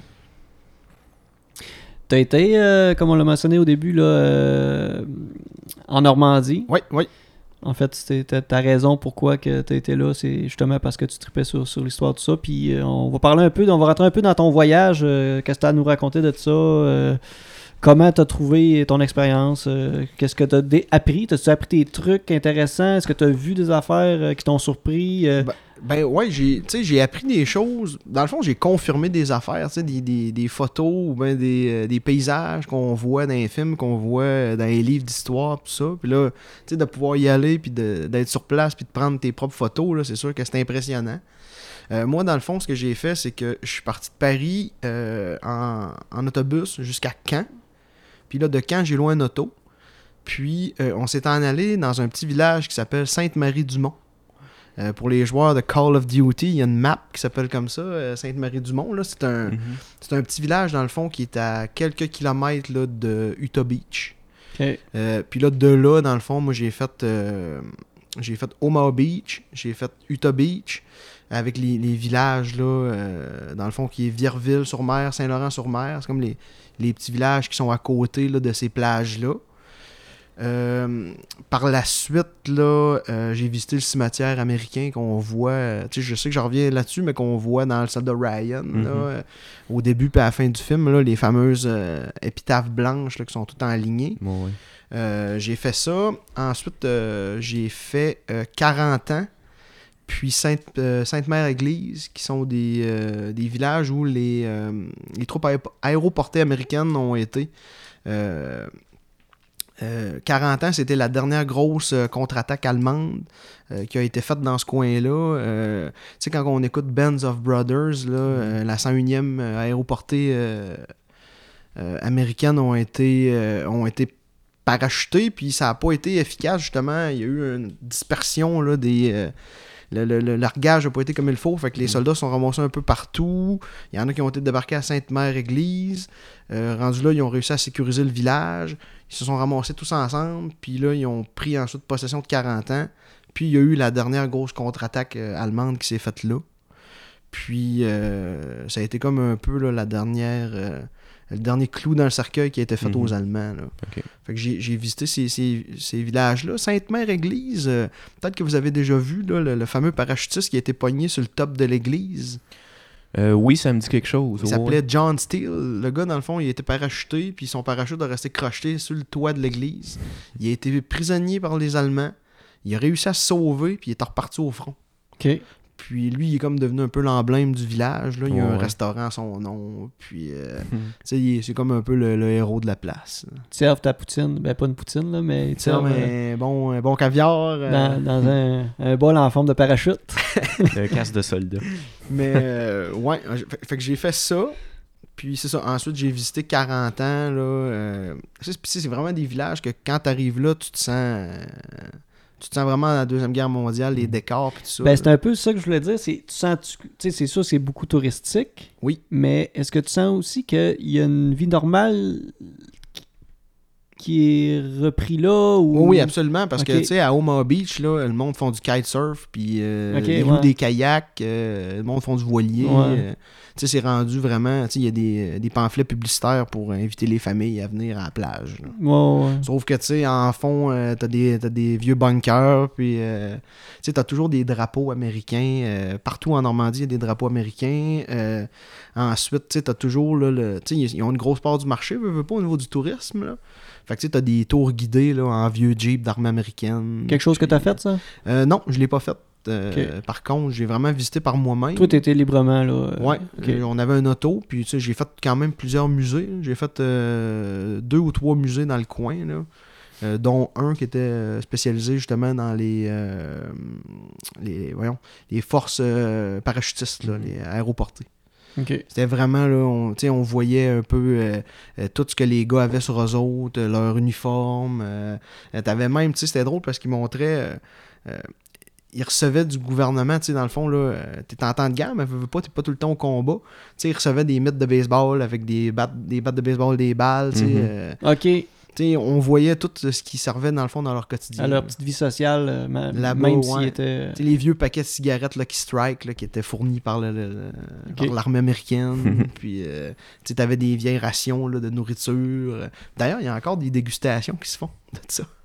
Speaker 1: T'as été, euh, comme on l'a mentionné au début, là, euh, en Normandie.
Speaker 3: Oui, oui.
Speaker 1: En fait, c'était- t'as ta raison pourquoi que t'as été là, c'est justement parce que tu tripais sur, sur l'histoire de ça. Puis euh, on va parler un peu, on va rentrer un peu dans ton voyage. euh, qu'est-ce que t'as à nous raconter de ça euh, Comment t'as trouvé ton expérience euh, Qu'est-ce que t'as dé- appris T'as-tu appris des trucs intéressants Est-ce que t'as vu des affaires euh, qui t'ont surpris Euh,
Speaker 3: Ben ouais, j'ai tu sais, j'ai appris des choses. Dans le fond, j'ai confirmé des affaires, tu sais, des, des- des photos ou ben des, euh, des paysages qu'on voit dans les films, qu'on voit euh, dans les livres d'histoire, tout ça. Puis là, tu sais, de pouvoir y aller, puis de- d'être sur place, puis de prendre tes propres photos, là, c'est sûr que c'est impressionnant. Euh, moi, dans le fond, ce que j'ai fait, c'est que je suis parti de Paris euh, en, en autobus jusqu'à Caen. Puis là, de Caen, j'ai loin un auto. Puis, euh, on s'est en allé dans un petit village qui s'appelle Sainte-Marie-du-Mont. Euh, pour les joueurs de Call of Duty, il y a une map qui s'appelle comme ça, euh, Sainte-Marie-du-Mont. Là, c'est un,
Speaker 2: Mm.
Speaker 3: c'est un petit village, dans le fond, qui est à quelques kilomètres là, de Utah Beach.
Speaker 1: Ok.
Speaker 3: Euh, puis là, de là, dans le fond, moi, j'ai fait, euh, j'ai fait Omaha Beach, j'ai fait Utah Beach, avec les, les villages, là, euh, dans le fond, qui est Vierville-sur-Mer, Saint-Laurent-sur-Mer. C'est comme les, les petits villages qui sont à côté là, de ces plages-là. Euh, par la suite, là, euh, j'ai visité le cimetière américain qu'on voit. euh, tu sais, je sais que je reviens là-dessus, mais qu'on voit dans le salle de Ryan,
Speaker 2: Mhm.
Speaker 3: là, euh, au début puis à la fin du film, là, les fameuses euh, épitaphes blanches là, qui sont toutes enlignées.
Speaker 2: Ouais, ouais.
Speaker 3: Euh, j'ai fait ça. Ensuite, euh, j'ai fait euh, 40 ans. Puis Sainte, euh, Sainte-Mère-Église, qui sont des, euh, des villages où les, euh, les troupes aéro- aéroportées américaines ont été. Euh, euh, 40 ans, c'était la dernière grosse euh, contre-attaque allemande euh, qui a été faite dans ce coin-là. Euh, tu sais, quand on écoute Bands of Brothers, là, euh, la 101e euh, aéroportée euh, euh, américaine ont été, euh, ont été parachutées, puis ça n'a pas été efficace, justement. Il y a eu une dispersion là, des. euh, le, le- le largage n'a pas été comme il faut, fait que les soldats sont ramassés un peu partout. Il y en a qui ont été débarqués à Sainte-Mère-Église. Euh, rendus là, ils ont réussi à sécuriser le village. Ils se sont ramassés tous ensemble, puis là, ils ont pris ensuite possession de 40 ans. Puis il y a eu la dernière grosse contre-attaque euh, allemande qui s'est faite là. Puis euh, ça a été comme un peu là, la dernière, euh, le dernier clou dans le cercueil qui a été fait
Speaker 2: Mhm.
Speaker 3: aux Allemands. là.
Speaker 2: Ok.
Speaker 3: Fait que j'ai j'ai visité ces, ces- ces villages-là. Sainte-Mère-Église, euh, peut-être que vous avez déjà vu là, le, le fameux parachutiste qui a été pogné sur le top de l'église.
Speaker 2: Euh, oui, ça me dit quelque chose.
Speaker 3: Il
Speaker 2: ouais,
Speaker 3: s'appelait
Speaker 2: ouais.
Speaker 3: John Steele. Le gars, dans le fond, il a été parachuté, puis son parachute a resté crocheté sur le toit de l'église. Il a été prisonnier par les Allemands. Il a réussi à se sauver, puis il est reparti au front.
Speaker 1: Ok.
Speaker 3: Puis lui, il est comme devenu un peu l'emblème du village. Là. Il y a
Speaker 2: Ouais,
Speaker 3: un
Speaker 2: ouais.
Speaker 3: restaurant à son nom. Puis, euh, tu
Speaker 2: Mhm.
Speaker 3: sais, il est- c'est comme un peu le, le héros de la place.
Speaker 1: Tu serves ta poutine, ben pas une poutine là, mais tu
Speaker 3: Tu sais,
Speaker 1: serves, euh,
Speaker 3: un bon, un bon caviar. euh,
Speaker 1: dans, dans un, un bol en forme de parachute.
Speaker 2: Un Euh, casse de soldat.
Speaker 3: Mais euh, ouais, euh, fait, fait que j'ai fait ça. Puis c'est ça. Ensuite, j'ai visité 40 ans. Là, euh, ça, c'est- puis c'est c'est vraiment des villages que quand t'arrives là, tu te sens. euh, tu te sens vraiment à la Deuxième Guerre mondiale, les décors, puis tout ça.
Speaker 1: Ben, c'est un peu ça que je voulais dire. C'est, tu sens, tu sais, c'est sûr, c'est beaucoup touristique.
Speaker 3: Oui.
Speaker 1: Mais est-ce que tu sens aussi qu'il y a une vie normale qui- qui est repris là ou...
Speaker 3: Oui, oui, absolument, parce
Speaker 1: Ok.
Speaker 3: que, tu sais, à Omaha Beach, là, le monde font du kitesurf, puis euh,
Speaker 1: Ok,
Speaker 3: ils louent
Speaker 1: ouais.
Speaker 3: des kayaks, euh, le monde font du voilier.
Speaker 1: Ouais.
Speaker 3: euh, tu sais, c'est rendu vraiment, tu sais, il y a des, des pamphlets publicitaires pour euh, inviter les familles à venir à la plage. là.
Speaker 1: Ouais, ouais.
Speaker 3: Sauf que, tu sais, en fond, euh, t'as des, t'as des vieux bunkers, puis, euh, tu sais, t'as toujours des drapeaux américains. euh, partout en Normandie, il y a des drapeaux américains. euh, ensuite, tu sais, t'as toujours, là, le, tu sais, ils ils ont une grosse part du marché, veux, veux pas, au niveau du tourisme, là. Fait que tu sais, t'as des tours guidés là, en vieux Jeep d'armes américaines.
Speaker 1: Quelque chose que
Speaker 3: Puis,
Speaker 1: t'as fait, ça?
Speaker 3: euh, Non, je l'ai pas fait. Euh, Par contre, j'ai vraiment visité par moi-même.
Speaker 1: Toi, t'étais librement, là. euh,
Speaker 3: Ouais,
Speaker 1: ok.
Speaker 3: euh, on avait un auto, puis tu sais, j'ai fait quand même plusieurs musées. J'ai fait euh, deux ou trois musées dans le coin, là, euh, dont un qui était euh, spécialisé justement dans les, euh, les voyons, les forces euh, parachutistes, là,
Speaker 2: Mhm.
Speaker 3: les aéroportées.
Speaker 1: Ok.
Speaker 3: C'était vraiment, là, on, tu sais, on voyait un peu euh, euh, tout ce que les gars avaient sur eux autres, euh, leur uniforme. euh, euh, T'avais même, tu sais, c'était drôle parce qu'ils montraient. euh, euh, ils recevaient du gouvernement, tu sais, dans le fond, là, euh, t'es en temps de guerre, mais veux, veux pas, t'es pas tout le temps au combat. Tu sais, ils recevaient des mythes de baseball avec des battes, des battes de baseball, des balles, tu sais.
Speaker 2: Mhm.
Speaker 3: euh,
Speaker 1: Ok,
Speaker 3: tu sais, on voyait tout ce qui servait, dans le fond, dans leur quotidien.
Speaker 1: à leur petite vie sociale, euh, ma-
Speaker 3: Là-bas,
Speaker 1: même s'ils
Speaker 3: ouais.
Speaker 1: étaient...
Speaker 3: Tu sais, les vieux paquets de cigarettes Lucky Strike là, qui étaient fournis par le- le- le-
Speaker 1: Ok.
Speaker 3: par l'armée
Speaker 2: Mhm.
Speaker 3: américaine. puis, euh, tu avais des vieilles rations là, de nourriture. D'ailleurs, il y a encore des dégustations qui se font de ça.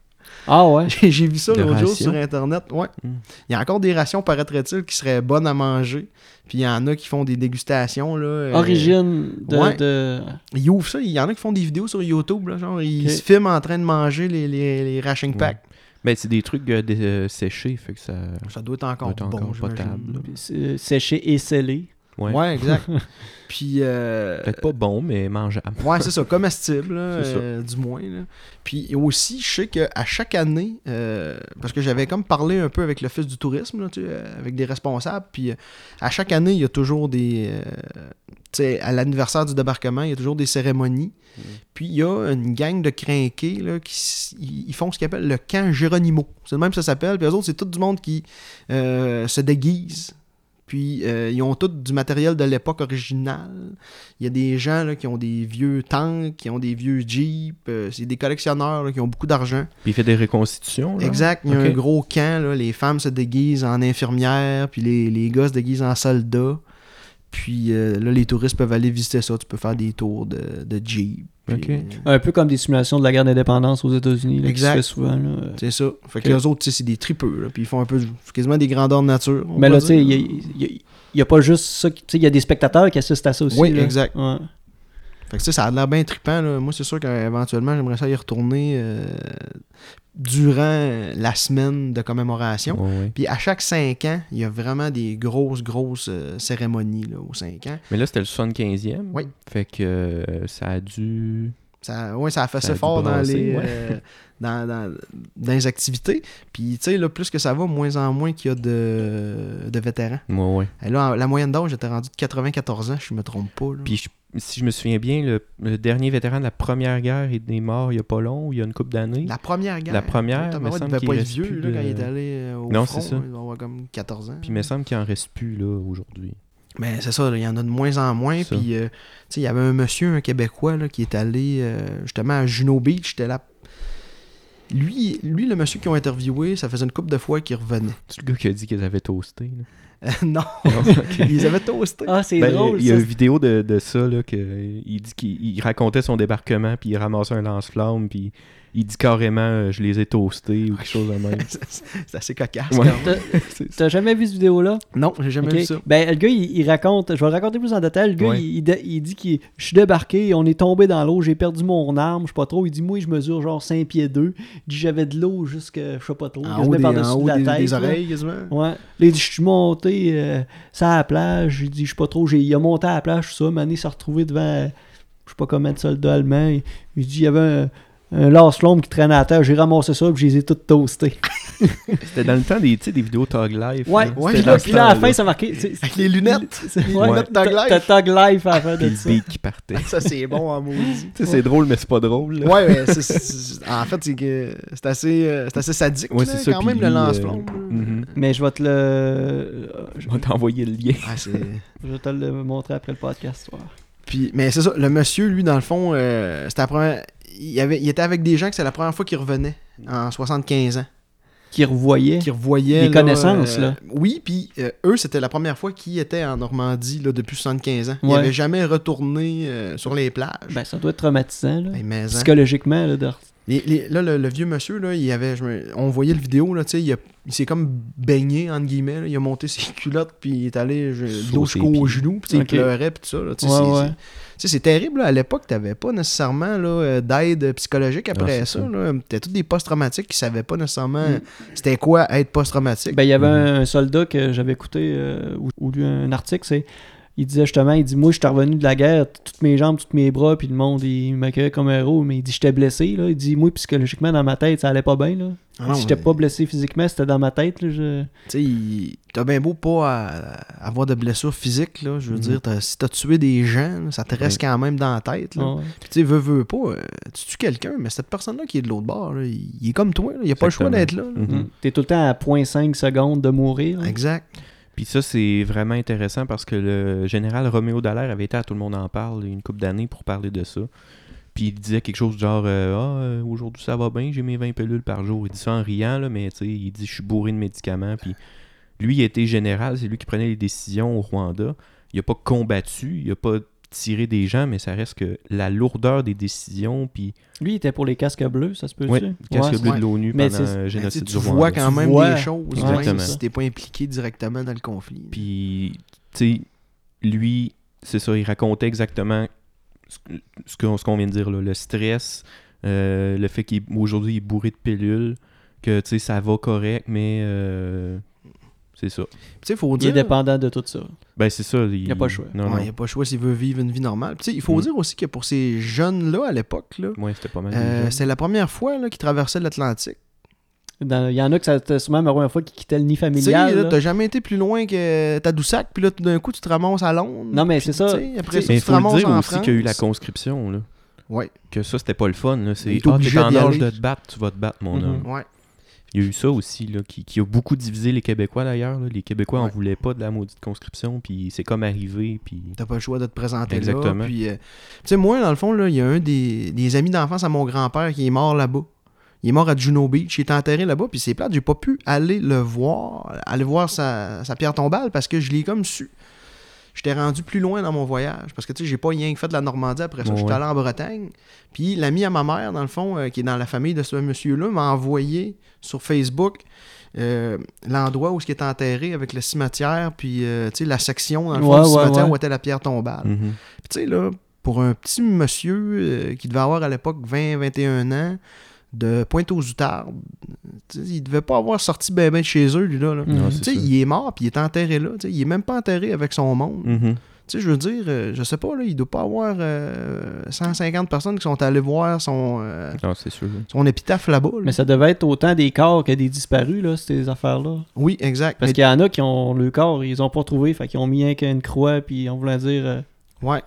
Speaker 1: Ah ouais?
Speaker 3: J'ai j'ai vu ça
Speaker 2: De
Speaker 3: l'autre jour
Speaker 2: rations?
Speaker 3: sur Internet. Ouais.
Speaker 2: Mm.
Speaker 3: Il y a encore des rations, paraîtrait-il, qui seraient bonnes à manger. Puis, il y en a qui font des dégustations. Là, euh,
Speaker 1: Origine de...
Speaker 3: ouais.
Speaker 1: de-
Speaker 3: Ils ouvrent ça. Il y en a qui font des vidéos sur YouTube. là, genre, ils
Speaker 1: Ok.
Speaker 3: se filment en train de manger les, les, les ration
Speaker 2: Ouais.
Speaker 3: packs.
Speaker 2: Ben, c'est des trucs euh, dé- euh, séchés, fait que ça.
Speaker 3: Ça doit être encore
Speaker 2: Ça doit être
Speaker 3: bon,
Speaker 2: encore
Speaker 3: j'imagine.
Speaker 2: potable, là.
Speaker 1: euh, séché et scellé.
Speaker 2: Ouais.
Speaker 3: Ouais, exact. Puis. euh,
Speaker 2: Peut-être pas bon, mais mangeable.
Speaker 3: Ouais, c'est ça, comestible, là,
Speaker 2: C'est ça.
Speaker 3: euh, du moins. là. Puis aussi, je sais qu'à chaque année, euh, parce que j'avais comme parlé un peu avec l'Office du tourisme, là, tu sais, euh, avec des responsables, puis euh, à chaque année, il y a toujours des... euh, tu sais, à l'anniversaire du débarquement, il y a toujours des cérémonies.
Speaker 2: Mm.
Speaker 3: Puis il y a une gang de crinqués là, qui s- ils ils font ce qu'ils appellent le camp Géronimo. C'est le même que ça s'appelle. Puis eux autres, c'est tout du monde qui euh, se déguise. Puis euh, ils ont tout du matériel de l'époque originale. Il y a des gens là, qui ont des vieux tanks, qui ont des vieux jeeps. euh, c'est des collectionneurs là, qui ont beaucoup d'argent.
Speaker 2: Puis il fait des reconstitutions, genre.
Speaker 3: Exact. Il y a
Speaker 2: Ok.
Speaker 3: un gros camp. là, les femmes se déguisent en infirmières, puis les, les gars se déguisent en soldats. Puis euh, là, les touristes peuvent aller visiter ça. Tu peux faire des tours de, de jeep. puis,
Speaker 2: Ok.
Speaker 3: euh,
Speaker 1: Un peu comme des simulations de la guerre d'indépendance aux États-Unis, là, qui se
Speaker 3: Exact.
Speaker 1: fait souvent. là.
Speaker 3: C'est ça. Fait
Speaker 1: Ok.
Speaker 3: que les autres, tu sais, c'est des tripeux. là, puis ils font un peu du- quasiment des grandeurs de nature. on
Speaker 1: Mais là,
Speaker 3: peut
Speaker 1: tu sais,
Speaker 3: dire.
Speaker 1: il y a- il y a- il y a pas juste ça. qui- Tu sais, il y a des spectateurs qui assistent à ça aussi.
Speaker 3: Oui,
Speaker 1: là.
Speaker 3: exact.
Speaker 1: Ouais.
Speaker 3: Fait que tu sais, ça a l'air bien trippant. là. Moi, c'est sûr qu'éventuellement, j'aimerais ça y retourner euh, durant la semaine de commémoration.
Speaker 2: Ouais, ouais.
Speaker 3: Puis à chaque 5 ans, il y a vraiment des grosses, grosses euh, cérémonies là, aux 5 ans.
Speaker 2: Mais là, c'était le 75e.
Speaker 3: Oui.
Speaker 2: Fait que euh, ça a dû.
Speaker 3: Ça, ouais, ça a fait
Speaker 2: Ça
Speaker 3: ça
Speaker 2: a dû
Speaker 3: fort dans
Speaker 2: brasser,
Speaker 3: les,
Speaker 2: ouais.
Speaker 3: euh, dans, dans- dans les activités. Puis tu sais, là, plus que ça va, moins en moins qu'il y a de, de vétérans.
Speaker 2: Ouais, ouais.
Speaker 3: Et là, en- la moyenne d'âge était rendue de 94 ans, je me trompe pas. là.
Speaker 2: Puis je- si je me souviens bien, le, le dernier vétéran de la première guerre est mort il y a pas long, il y a une couple d'années.
Speaker 3: la première guerre.
Speaker 2: la première,
Speaker 3: Thomas
Speaker 2: me
Speaker 3: White
Speaker 2: semble
Speaker 3: devait
Speaker 2: qu'il
Speaker 3: pas être
Speaker 2: reste
Speaker 3: vieux
Speaker 2: plus
Speaker 3: là,
Speaker 2: de-
Speaker 3: quand il est allé euh, au
Speaker 2: Non,
Speaker 3: front.
Speaker 2: c'est ça.
Speaker 3: là, Il doit avoir comme 14 ans.
Speaker 2: Puis il me semble qu'il en reste plus là aujourd'hui.
Speaker 3: Mais c'est ça, là, il y en a de moins en moins.
Speaker 2: Ça.
Speaker 3: Puis, euh, tu sais, il y avait un monsieur, un Québécois, là, qui est allé euh, justement à Juno Beach. C'était là. Lui, lui, le monsieur qu'ils ont interviewé, ça faisait une couple de fois qu'il revenait.
Speaker 2: C'est le gars qui a dit qu'ils avaient toasté. là?
Speaker 3: Euh, non,
Speaker 2: Ah, Ok.
Speaker 3: ils avaient toasté.
Speaker 1: Ah, c'est
Speaker 2: Ben,
Speaker 1: drôle.
Speaker 2: il y a
Speaker 1: ça.
Speaker 2: une vidéo de, de ça, là, que, euh, il dit qu'il il racontait son débarquement, puis il ramassait un lance-flamme, puis il dit carrément euh, je les ai toastés » ou quelque chose de même.
Speaker 3: C'est- c'est assez cocasse.
Speaker 2: Ouais.
Speaker 3: quand même.
Speaker 2: C'est-
Speaker 1: T'as jamais vu cette vidéo-là?
Speaker 3: Non, j'ai jamais
Speaker 1: Ok.
Speaker 3: vu ça.
Speaker 1: Ben, le gars, il, il raconte, je vais le raconter plus en détail. Le gars,
Speaker 2: Ouais.
Speaker 1: il, il de- il dit qu'il je suis débarqué, on est tombé dans l'eau, j'ai perdu mon arme, je sais pas trop. Il dit, moi, je mesure genre 5 pieds 2. Il dit, j'avais de l'eau jusque, je sais pas trop,
Speaker 3: En
Speaker 1: quasiment
Speaker 3: haut des,
Speaker 1: par-dessus
Speaker 3: en haut
Speaker 1: de la
Speaker 3: des-
Speaker 1: tête.
Speaker 3: des
Speaker 1: là.
Speaker 3: oreilles, quasiment.
Speaker 1: Ouais. Là, il dit, je suis monté, euh, ça à la plage. Il dit, je sais pas trop, j'ai- il a monté à la plage, tout ça. Mané s'est retrouvé devant, euh, je sais pas combien de soldats allemands. Il, il dit, il y avait un, un lance-flamme qui traînait à terre, j'ai ramassé ça, puis je les ai toutes toastées.
Speaker 2: C'était dans le temps des, tu sais, des vidéos Tag Life.
Speaker 1: Ouais,
Speaker 2: là.
Speaker 3: ouais,
Speaker 1: puis
Speaker 2: C'était dans
Speaker 1: là,
Speaker 2: ce
Speaker 1: puis là, à la
Speaker 2: temps-là.
Speaker 1: fin, ça marquait. c'est- c'est-
Speaker 3: Avec les lunettes.
Speaker 1: c'est-
Speaker 3: Les
Speaker 1: ouais.
Speaker 3: lunettes Tag
Speaker 1: T'as-
Speaker 3: Life.
Speaker 1: T'as Tag Life à la fin
Speaker 2: Puis
Speaker 1: de
Speaker 2: le
Speaker 1: ça.
Speaker 2: beat qui partait.
Speaker 3: Ça, c'est bon en maudit.
Speaker 2: Tu sais, c'est drôle, mais c'est pas drôle. là.
Speaker 3: Ouais, mais c'est- c'est- en fait, c'est que c'est assez, euh, c'est assez sadique.
Speaker 2: Ouais,
Speaker 3: là,
Speaker 2: c'est ça,
Speaker 3: quand
Speaker 2: puis
Speaker 3: même, le
Speaker 2: lui, euh,
Speaker 3: lance-flamme. là.
Speaker 2: Mhm.
Speaker 1: Mais je vais te le.
Speaker 2: Je vais t'envoyer le lien.
Speaker 3: Ah, c'est.
Speaker 1: Je vais te le montrer après le podcast. toi.
Speaker 3: Puis, mais c'est ça, le monsieur, lui, dans le fond, euh, c'était la première- Il, avait, il était avec des gens que c'est la première fois qu'il revenait en 75 ans.
Speaker 1: Qui revoyait.
Speaker 3: Qu'il revoyait.
Speaker 1: Des
Speaker 3: là,
Speaker 1: connaissances,
Speaker 3: euh,
Speaker 1: là.
Speaker 3: Oui, puis euh, eux, c'était la première fois qu'ils étaient en Normandie là, depuis 75 ans. Ils
Speaker 1: Ouais.
Speaker 3: n'avaient jamais retourné euh, sur les plages.
Speaker 1: Ben, ça doit être traumatisant, là.
Speaker 3: Ben, mais, hein.
Speaker 1: Psychologiquement, là, de,
Speaker 3: Les- les- là, le, le vieux monsieur, là, il avait, je me- on voyait le vidéo, là, tu sais, il, a- il s'est comme baigné, entre guillemets. là. il a monté ses culottes, puis il est allé je- de l'eau
Speaker 2: Sous ses
Speaker 3: jusqu'aux
Speaker 2: pieds.
Speaker 3: genoux, puis tu sais,
Speaker 1: Ok.
Speaker 3: il pleurait, puis tout ça. là, tu sais,
Speaker 1: Ouais,
Speaker 3: c'est-
Speaker 1: ouais.
Speaker 3: c'est- tu sais, c'est terrible. là. À l'époque, tu n'avais pas nécessairement là, euh, d'aide psychologique après
Speaker 2: c'est
Speaker 3: ça.
Speaker 2: ça.
Speaker 3: là. T'as tous des post-traumatiques qui ne savaient pas nécessairement c'était quoi être post-traumatique.
Speaker 1: Ben, il y avait
Speaker 2: Mhm.
Speaker 1: un, un soldat que j'avais écouté euh, ou, ou lu un article, c'est. Il disait justement, il dit Moi, je suis revenu de la guerre, t- toutes mes jambes, tous mes bras, puis le monde, il m'accueillait comme un héros, mais il dit J'étais blessé, là. Il dit Moi, psychologiquement, dans ma tête, ça allait pas bien, là.
Speaker 3: Ah non,
Speaker 1: si j'étais
Speaker 3: mais-
Speaker 1: pas blessé physiquement, c'était dans ma tête, là. je-
Speaker 3: Tu sais, il- t'as bien beau pas à- avoir de blessures physiques, là, je veux
Speaker 2: Mhm.
Speaker 3: dire, t'as- si t'as tué des gens, là, ça te reste
Speaker 2: Ouais.
Speaker 3: quand même dans la tête. Là.
Speaker 1: Ah Ouais.
Speaker 3: Puis tu sais, veux, veux pas, euh, tu tues quelqu'un, mais cette personne-là qui est de l'autre bord, là, il, il est comme toi, là, il a pas le choix
Speaker 2: Exactement.
Speaker 3: d'être là. là.
Speaker 2: Mhm.
Speaker 1: Mhm. T'es tout le temps à 0.5 secondes de mourir. là.
Speaker 3: Exact.
Speaker 2: Puis ça, c'est vraiment intéressant parce que le général Roméo Dallaire avait été à Tout le monde en parle il y a une couple d'années pour parler de ça. Puis il disait quelque chose du genre euh, Ah, euh, aujourd'hui ça va bien, j'ai mes 20 pilules par jour. Il dit ça en riant, là, mais tu sais, il dit Je suis bourré de médicaments. Puis lui, il était général, c'est lui qui prenait les décisions au Rwanda. Il n'a pas combattu, il n'a pas tiré des gens, mais ça reste que la lourdeur des décisions. Puis
Speaker 1: Lui, il était pour les casques bleus, ça se peut-tu
Speaker 2: Ouais, casque
Speaker 1: Ouais,
Speaker 2: bleu
Speaker 3: ouais.
Speaker 2: de l'ONU
Speaker 1: Mais
Speaker 2: pendant
Speaker 1: c'est-
Speaker 2: le
Speaker 3: Ben, tu sais,
Speaker 2: génocide
Speaker 3: tu
Speaker 2: du Rwanda.
Speaker 3: vois quand
Speaker 1: Tu
Speaker 3: même
Speaker 1: vois.
Speaker 3: des choses,
Speaker 1: Ouais.
Speaker 3: même
Speaker 2: Exactement.
Speaker 3: si t'es pas impliqué directement dans le conflit.
Speaker 2: Puis, tu sais, lui, c'est ça, il racontait exactement ce que- ce qu'on ce qu'on vient de dire, là, le stress, euh, le fait qu'aujourd'hui, il est bourré de pilules, que, tu sais, ça va correct, mais euh, c'est ça.
Speaker 3: tu sais, faut
Speaker 1: Il est
Speaker 3: dire... euh,
Speaker 1: dépendant de tout ça.
Speaker 2: Ben, c'est ça. Il
Speaker 1: a pas le choix.
Speaker 2: Non,
Speaker 3: Ouais,
Speaker 2: non.
Speaker 3: il a pas le choix s'il veut vivre une vie normale. Puis Tu sais, il faut
Speaker 2: Mhm.
Speaker 3: dire aussi que pour ces jeunes-là, à l'époque, là,
Speaker 2: Ouais, c'était pas mal.
Speaker 3: euh,
Speaker 2: déjà.
Speaker 3: c'est la première fois là, qu'ils traversaient l'Atlantique.
Speaker 1: Dans- Il y en a que ça c'était souvent la première fois qui quittait le nid
Speaker 3: Tu sais,
Speaker 1: familial.
Speaker 3: là,
Speaker 1: là.
Speaker 3: t'as jamais été plus loin que Tadoussac, puis là, tout d'un coup, tu te ramasses à Londres.
Speaker 1: Non, mais c'est
Speaker 3: Tu
Speaker 1: ça.
Speaker 3: sais, après ça,
Speaker 2: mais
Speaker 3: tu
Speaker 2: il
Speaker 3: te
Speaker 2: faut le
Speaker 3: ramasses
Speaker 2: dire
Speaker 3: en
Speaker 2: aussi
Speaker 3: France.
Speaker 2: qu'il y a eu la conscription, là.
Speaker 3: Ouais,
Speaker 2: Que ça, c'était pas le fun, là.
Speaker 3: Il
Speaker 2: C'est
Speaker 3: est
Speaker 2: Ah, t'es
Speaker 3: obligé
Speaker 2: en
Speaker 3: d'y
Speaker 2: âge
Speaker 3: aller. Mm-hmm.
Speaker 2: de te battre, tu vas te battre, mon
Speaker 1: Mhm.
Speaker 2: homme.
Speaker 3: ouais.
Speaker 2: Il y a eu ça aussi, là, qui, qui a beaucoup divisé les Québécois d'ailleurs. là. Les Québécois en
Speaker 3: Ouais.
Speaker 2: voulaient pas de la maudite conscription, puis c'est comme arrivé, puis...
Speaker 3: T'as pas le choix de te présenter
Speaker 2: Exactement.
Speaker 3: là. Puis, euh, tu sais, moi, dans le fond, là, il y a un des, des amis d'enfance à mon grand-père qui est mort là-bas. Il est mort à Juno Beach, il est enterré là-bas, puis c'est plate, j'ai pas pu aller le voir, aller voir sa, sa pierre tombale parce que je l'ai comme su. J'étais rendu plus loin dans mon voyage parce que tu sais, j'ai pas rien que fait de la Normandie après ça.
Speaker 2: Ouais.
Speaker 3: J'étais allé en Bretagne. Puis l'ami à ma mère, dans le fond, euh, qui est dans la famille de ce monsieur-là, m'a envoyé sur Facebook euh, l'endroit où ce qui est enterré avec le cimetière, puis euh, tu sais, la section dans le fond
Speaker 1: Ouais,
Speaker 3: du
Speaker 1: ouais,
Speaker 3: cimetière
Speaker 1: ouais.
Speaker 3: où était la pierre tombale.
Speaker 2: Mhm.
Speaker 3: Puis tu sais, là, pour un petit monsieur euh, qui devait avoir à l'époque 20-21 ans, de pointe aux outardes, tu sais, il devait pas avoir sorti ben ben de chez eux, lui-là. là.
Speaker 1: Mhm.
Speaker 2: Non,
Speaker 3: Tu
Speaker 2: Mm, c'est
Speaker 3: sais,
Speaker 2: ça.
Speaker 3: il est mort, puis il est enterré là. tu sais, Il est même pas enterré avec son monde.
Speaker 2: Mhm.
Speaker 3: Tu sais, je veux dire, euh, je sais pas, là, il doit pas avoir euh, 150 personnes qui sont allées voir son, euh,
Speaker 2: Non, Ah, c'est sûr.
Speaker 3: son épitaphe là-bas. là.
Speaker 1: Mais ça devait être autant des corps que des disparus, là, ces affaires-là.
Speaker 3: Oui, exact.
Speaker 1: Parce qu'il y en a qui ont le corps, ils ont pas trouvé, fait qu'ils ont mis un qu'une croix, puis on voulait dire euh,
Speaker 3: Mais- ouais.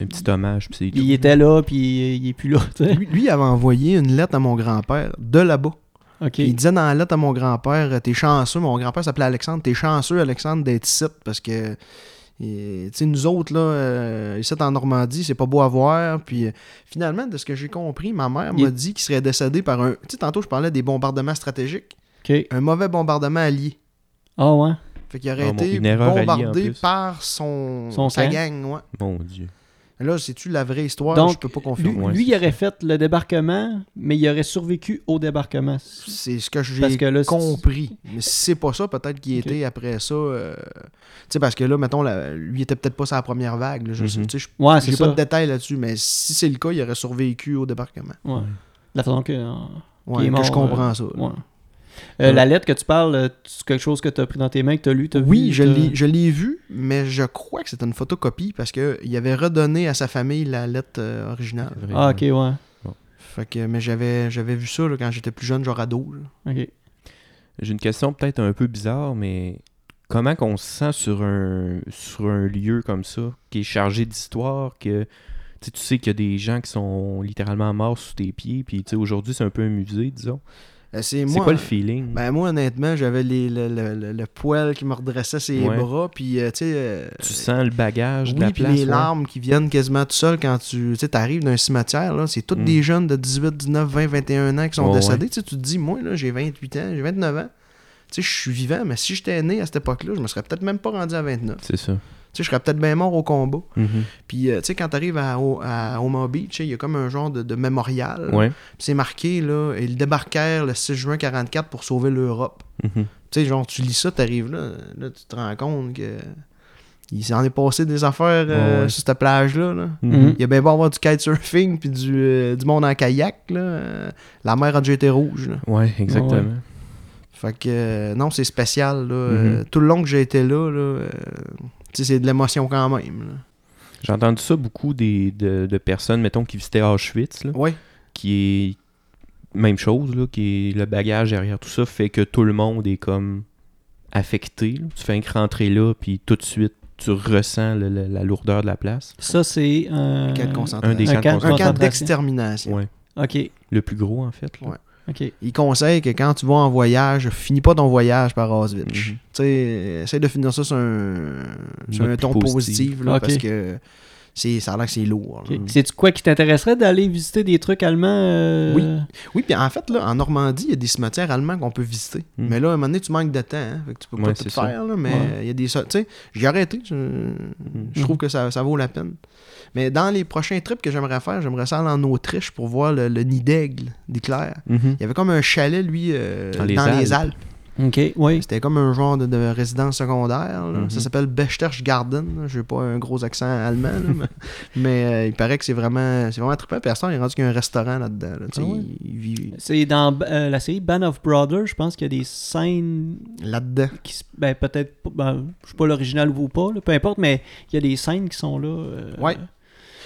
Speaker 2: Un petit hommage, puis c'est tout.
Speaker 1: il était là, puis il est plus là. tu sais.
Speaker 3: Lui, lui avait envoyé une lettre à mon grand-père de là-bas.
Speaker 1: Ok.
Speaker 3: Puis Il disait dans la lettre à mon grand-père, euh, t'es chanceux, mon grand-père s'appelait Alexandre, t'es chanceux, Alexandre, d'être ici, parce que, euh, tu sais, nous autres, là, euh, ici en Normandie, c'est pas beau à voir, puis euh, finalement, de ce que j'ai compris, ma mère
Speaker 1: Il-
Speaker 3: m'a dit qu'il serait décédé par un, tu sais, tantôt, je parlais des bombardements stratégiques,
Speaker 1: Ok.
Speaker 3: un mauvais bombardement allié,
Speaker 1: Ah ouais.
Speaker 3: fait qu'il aurait
Speaker 2: Ah, bon,
Speaker 3: été
Speaker 2: une erreur alliée, en
Speaker 3: bombardé
Speaker 2: plus.
Speaker 3: par son,
Speaker 1: Son
Speaker 3: sa
Speaker 1: camp.
Speaker 3: gang, ouais.
Speaker 2: Mon Dieu.
Speaker 3: Là, c'est-tu la vraie histoire,
Speaker 1: Donc,
Speaker 3: je peux pas
Speaker 1: Lui,
Speaker 3: confirmer.
Speaker 2: Ouais,
Speaker 1: lui,
Speaker 2: c'est
Speaker 1: il aurait fait le débarquement, mais il aurait survécu au débarquement.
Speaker 3: C'est ce que
Speaker 1: Parce
Speaker 3: j'ai
Speaker 1: que là, c'est-
Speaker 3: compris. Mais si c'est pas ça, peut-être qu'il
Speaker 1: Ok.
Speaker 3: était après ça. euh, Tu sais, parce que là, mettons, la- lui il était peut-être pas sur la première vague. là, je sais-
Speaker 2: Mhm.
Speaker 3: tu sais, je-
Speaker 1: Ouais, Ah, c'est
Speaker 3: J'ai pas
Speaker 1: ça.
Speaker 3: de détails là-dessus, mais si c'est le cas, il aurait survécu au débarquement.
Speaker 1: Ouais. De la façon que. euh,
Speaker 3: Ouais,
Speaker 1: est
Speaker 3: que
Speaker 1: mort,
Speaker 3: je comprends ça. là.
Speaker 1: ouais. Euh,
Speaker 2: Ouais.
Speaker 1: La lettre que tu parles, euh, c'est quelque chose que tu as pris dans tes mains, que tu as lu, t'as
Speaker 3: Oui,
Speaker 1: vu,
Speaker 3: je
Speaker 1: t'as-
Speaker 2: euh,
Speaker 3: l'ai- je l'ai vu, mais je crois que c'était une photocopie parce qu'il avait redonné à sa famille la lettre euh, originale.
Speaker 2: Vraiment.
Speaker 1: Ah, ok, ouais.
Speaker 3: Fait que, mais j'avais j'avais vu ça là, quand j'étais plus jeune, genre ado. là.
Speaker 1: Ok.
Speaker 2: J'ai une question peut-être un peu bizarre, mais comment qu'on se sent sur un, sur un lieu comme ça, qui est chargé d'histoire, que tu sais, tu sais qu'il y a des gens qui sont littéralement morts sous tes pieds, puis tu sais, aujourd'hui, c'est un peu un musée, disons.
Speaker 3: Euh, C'est
Speaker 2: C'est
Speaker 3: moi-
Speaker 2: quoi le feeling?
Speaker 3: Ben moi, honnêtement, j'avais les- le, le- le- le poil qui me redressait ses
Speaker 2: Ouais.
Speaker 3: bras, puis euh, tu sais... euh,
Speaker 2: tu sens le bagage de la
Speaker 3: oui, puis
Speaker 2: place?
Speaker 3: les
Speaker 2: ouais.
Speaker 3: larmes qui viennent quasiment tout seul quand tu tu sais, t'arrives d'un cimetière, là, c'est tous
Speaker 2: Mm.
Speaker 3: des jeunes de 18, 19, 20, 21 ans qui sont
Speaker 2: Ouais,
Speaker 3: décédés. Tu sais, tu te dis, moi, là, j'ai 28 ans, j'ai 29 ans. Tu sais, je suis vivant, mais si j'étais né à cette époque-là, je me serais peut-être même pas rendu à 29.
Speaker 2: C'est ça.
Speaker 3: Tu sais, je serais peut-être bien mort au combat.
Speaker 2: Mhm.
Speaker 3: Puis, euh, tu sais, quand t'arrives à, O- à Omaha Beach, il y a comme un genre de, de mémorial.
Speaker 2: Ouais.
Speaker 3: Puis c'est marqué, là, ils débarquèrent le 6 juin 44 pour sauver l'Europe.
Speaker 2: Mhm.
Speaker 3: Tu sais, genre, tu lis ça, t'arrives là, là, tu te rends compte que. Il s'en est passé des affaires euh,
Speaker 2: Ouais, ouais.
Speaker 3: sur cette plage-là. là.
Speaker 2: Mhm.
Speaker 3: Il y a bien beau avoir du kitesurfing puis du, euh, du monde en kayak. Là. euh, La mer a déjà été rouge. là.
Speaker 2: Ouais, exactement.
Speaker 3: Fait que euh, non, c'est spécial. là.
Speaker 2: Mhm.
Speaker 3: Euh, tout le long que j'ai été là, là, euh, tu sais, c'est de l'émotion quand même. là.
Speaker 2: J'ai entendu ça beaucoup des, de, de personnes, mettons, qui visitaient Auschwitz, là,
Speaker 3: Ouais.
Speaker 2: qui est même chose, là, qui est le bagage derrière tout ça, fait que tout le monde est comme affecté. là. Tu fais un rentrer là, puis tout de suite, tu ressens le- le- la lourdeur de la place.
Speaker 1: Ça, c'est un.
Speaker 3: Camp de
Speaker 2: Euh, Un des
Speaker 3: concentration.
Speaker 1: Un
Speaker 2: camps
Speaker 1: camp de
Speaker 2: de
Speaker 3: Un
Speaker 2: concentration.
Speaker 3: camp
Speaker 1: concentration.
Speaker 3: d'extermination.
Speaker 2: Ouais.
Speaker 1: Ok,
Speaker 2: Le plus gros, en fait. là.
Speaker 3: Ouais.
Speaker 1: ok.
Speaker 3: Il conseille que quand tu vas en voyage, finis pas ton voyage par Auschwitz.
Speaker 2: Mhm.
Speaker 3: Tu sais, essaie de finir ça sur un, sur
Speaker 2: note
Speaker 3: un
Speaker 2: plus
Speaker 3: ton
Speaker 2: positive. Ah,
Speaker 3: positif là,
Speaker 1: Ok.
Speaker 3: parce que c'est, ça a l'air que c'est lourd. là.
Speaker 1: ok. C'est-tu quoi qui t'intéresserait d'aller visiter des trucs allemands euh,
Speaker 3: Oui. Oui, puis en fait, là, en Normandie, il y a des cimetières allemands qu'on peut visiter.
Speaker 2: Mm.
Speaker 3: Mais là, à un moment donné, tu manques de temps. hein, fait que tu peux pas
Speaker 2: Ouais, Mhm.
Speaker 3: tout
Speaker 2: c'est
Speaker 3: faire.
Speaker 2: ça.
Speaker 3: là, mais
Speaker 1: Ouais.
Speaker 3: il y a des. so- Tu sais, j'ai arrêté. Je, je trouve que ça, ça vaut la peine. Mais dans les prochains trips que j'aimerais faire, j'aimerais ça aller en Autriche pour voir le, le nid d'aigle d'Éclair.
Speaker 2: Mhm.
Speaker 3: Il y avait comme un chalet, lui, euh,
Speaker 2: Dans
Speaker 3: dans,
Speaker 2: les
Speaker 3: les,
Speaker 2: Alpes.
Speaker 3: Alpes.
Speaker 1: Ok, oui.
Speaker 3: C'était comme un genre de, de résidence secondaire. là.
Speaker 2: Mhm.
Speaker 3: Ça s'appelle Bestech Garden. Je n'ai pas un gros accent allemand, là, mais, mais, euh, il paraît que c'est vraiment, c'est vraiment trippant. Personne il est rendu qu'il y a un restaurant là-dedans. là. Tu sais,
Speaker 1: Ah ouais.
Speaker 3: il- il vit
Speaker 1: C'est dans euh, la série Band of Brothers, je pense qu'il y a des scènes
Speaker 3: là-dedans.
Speaker 1: qui se- ben peut-être pas- ben, je suis pas l'original ou pas là, peu importe mais il y a des scènes qui sont là euh,
Speaker 3: Ouais.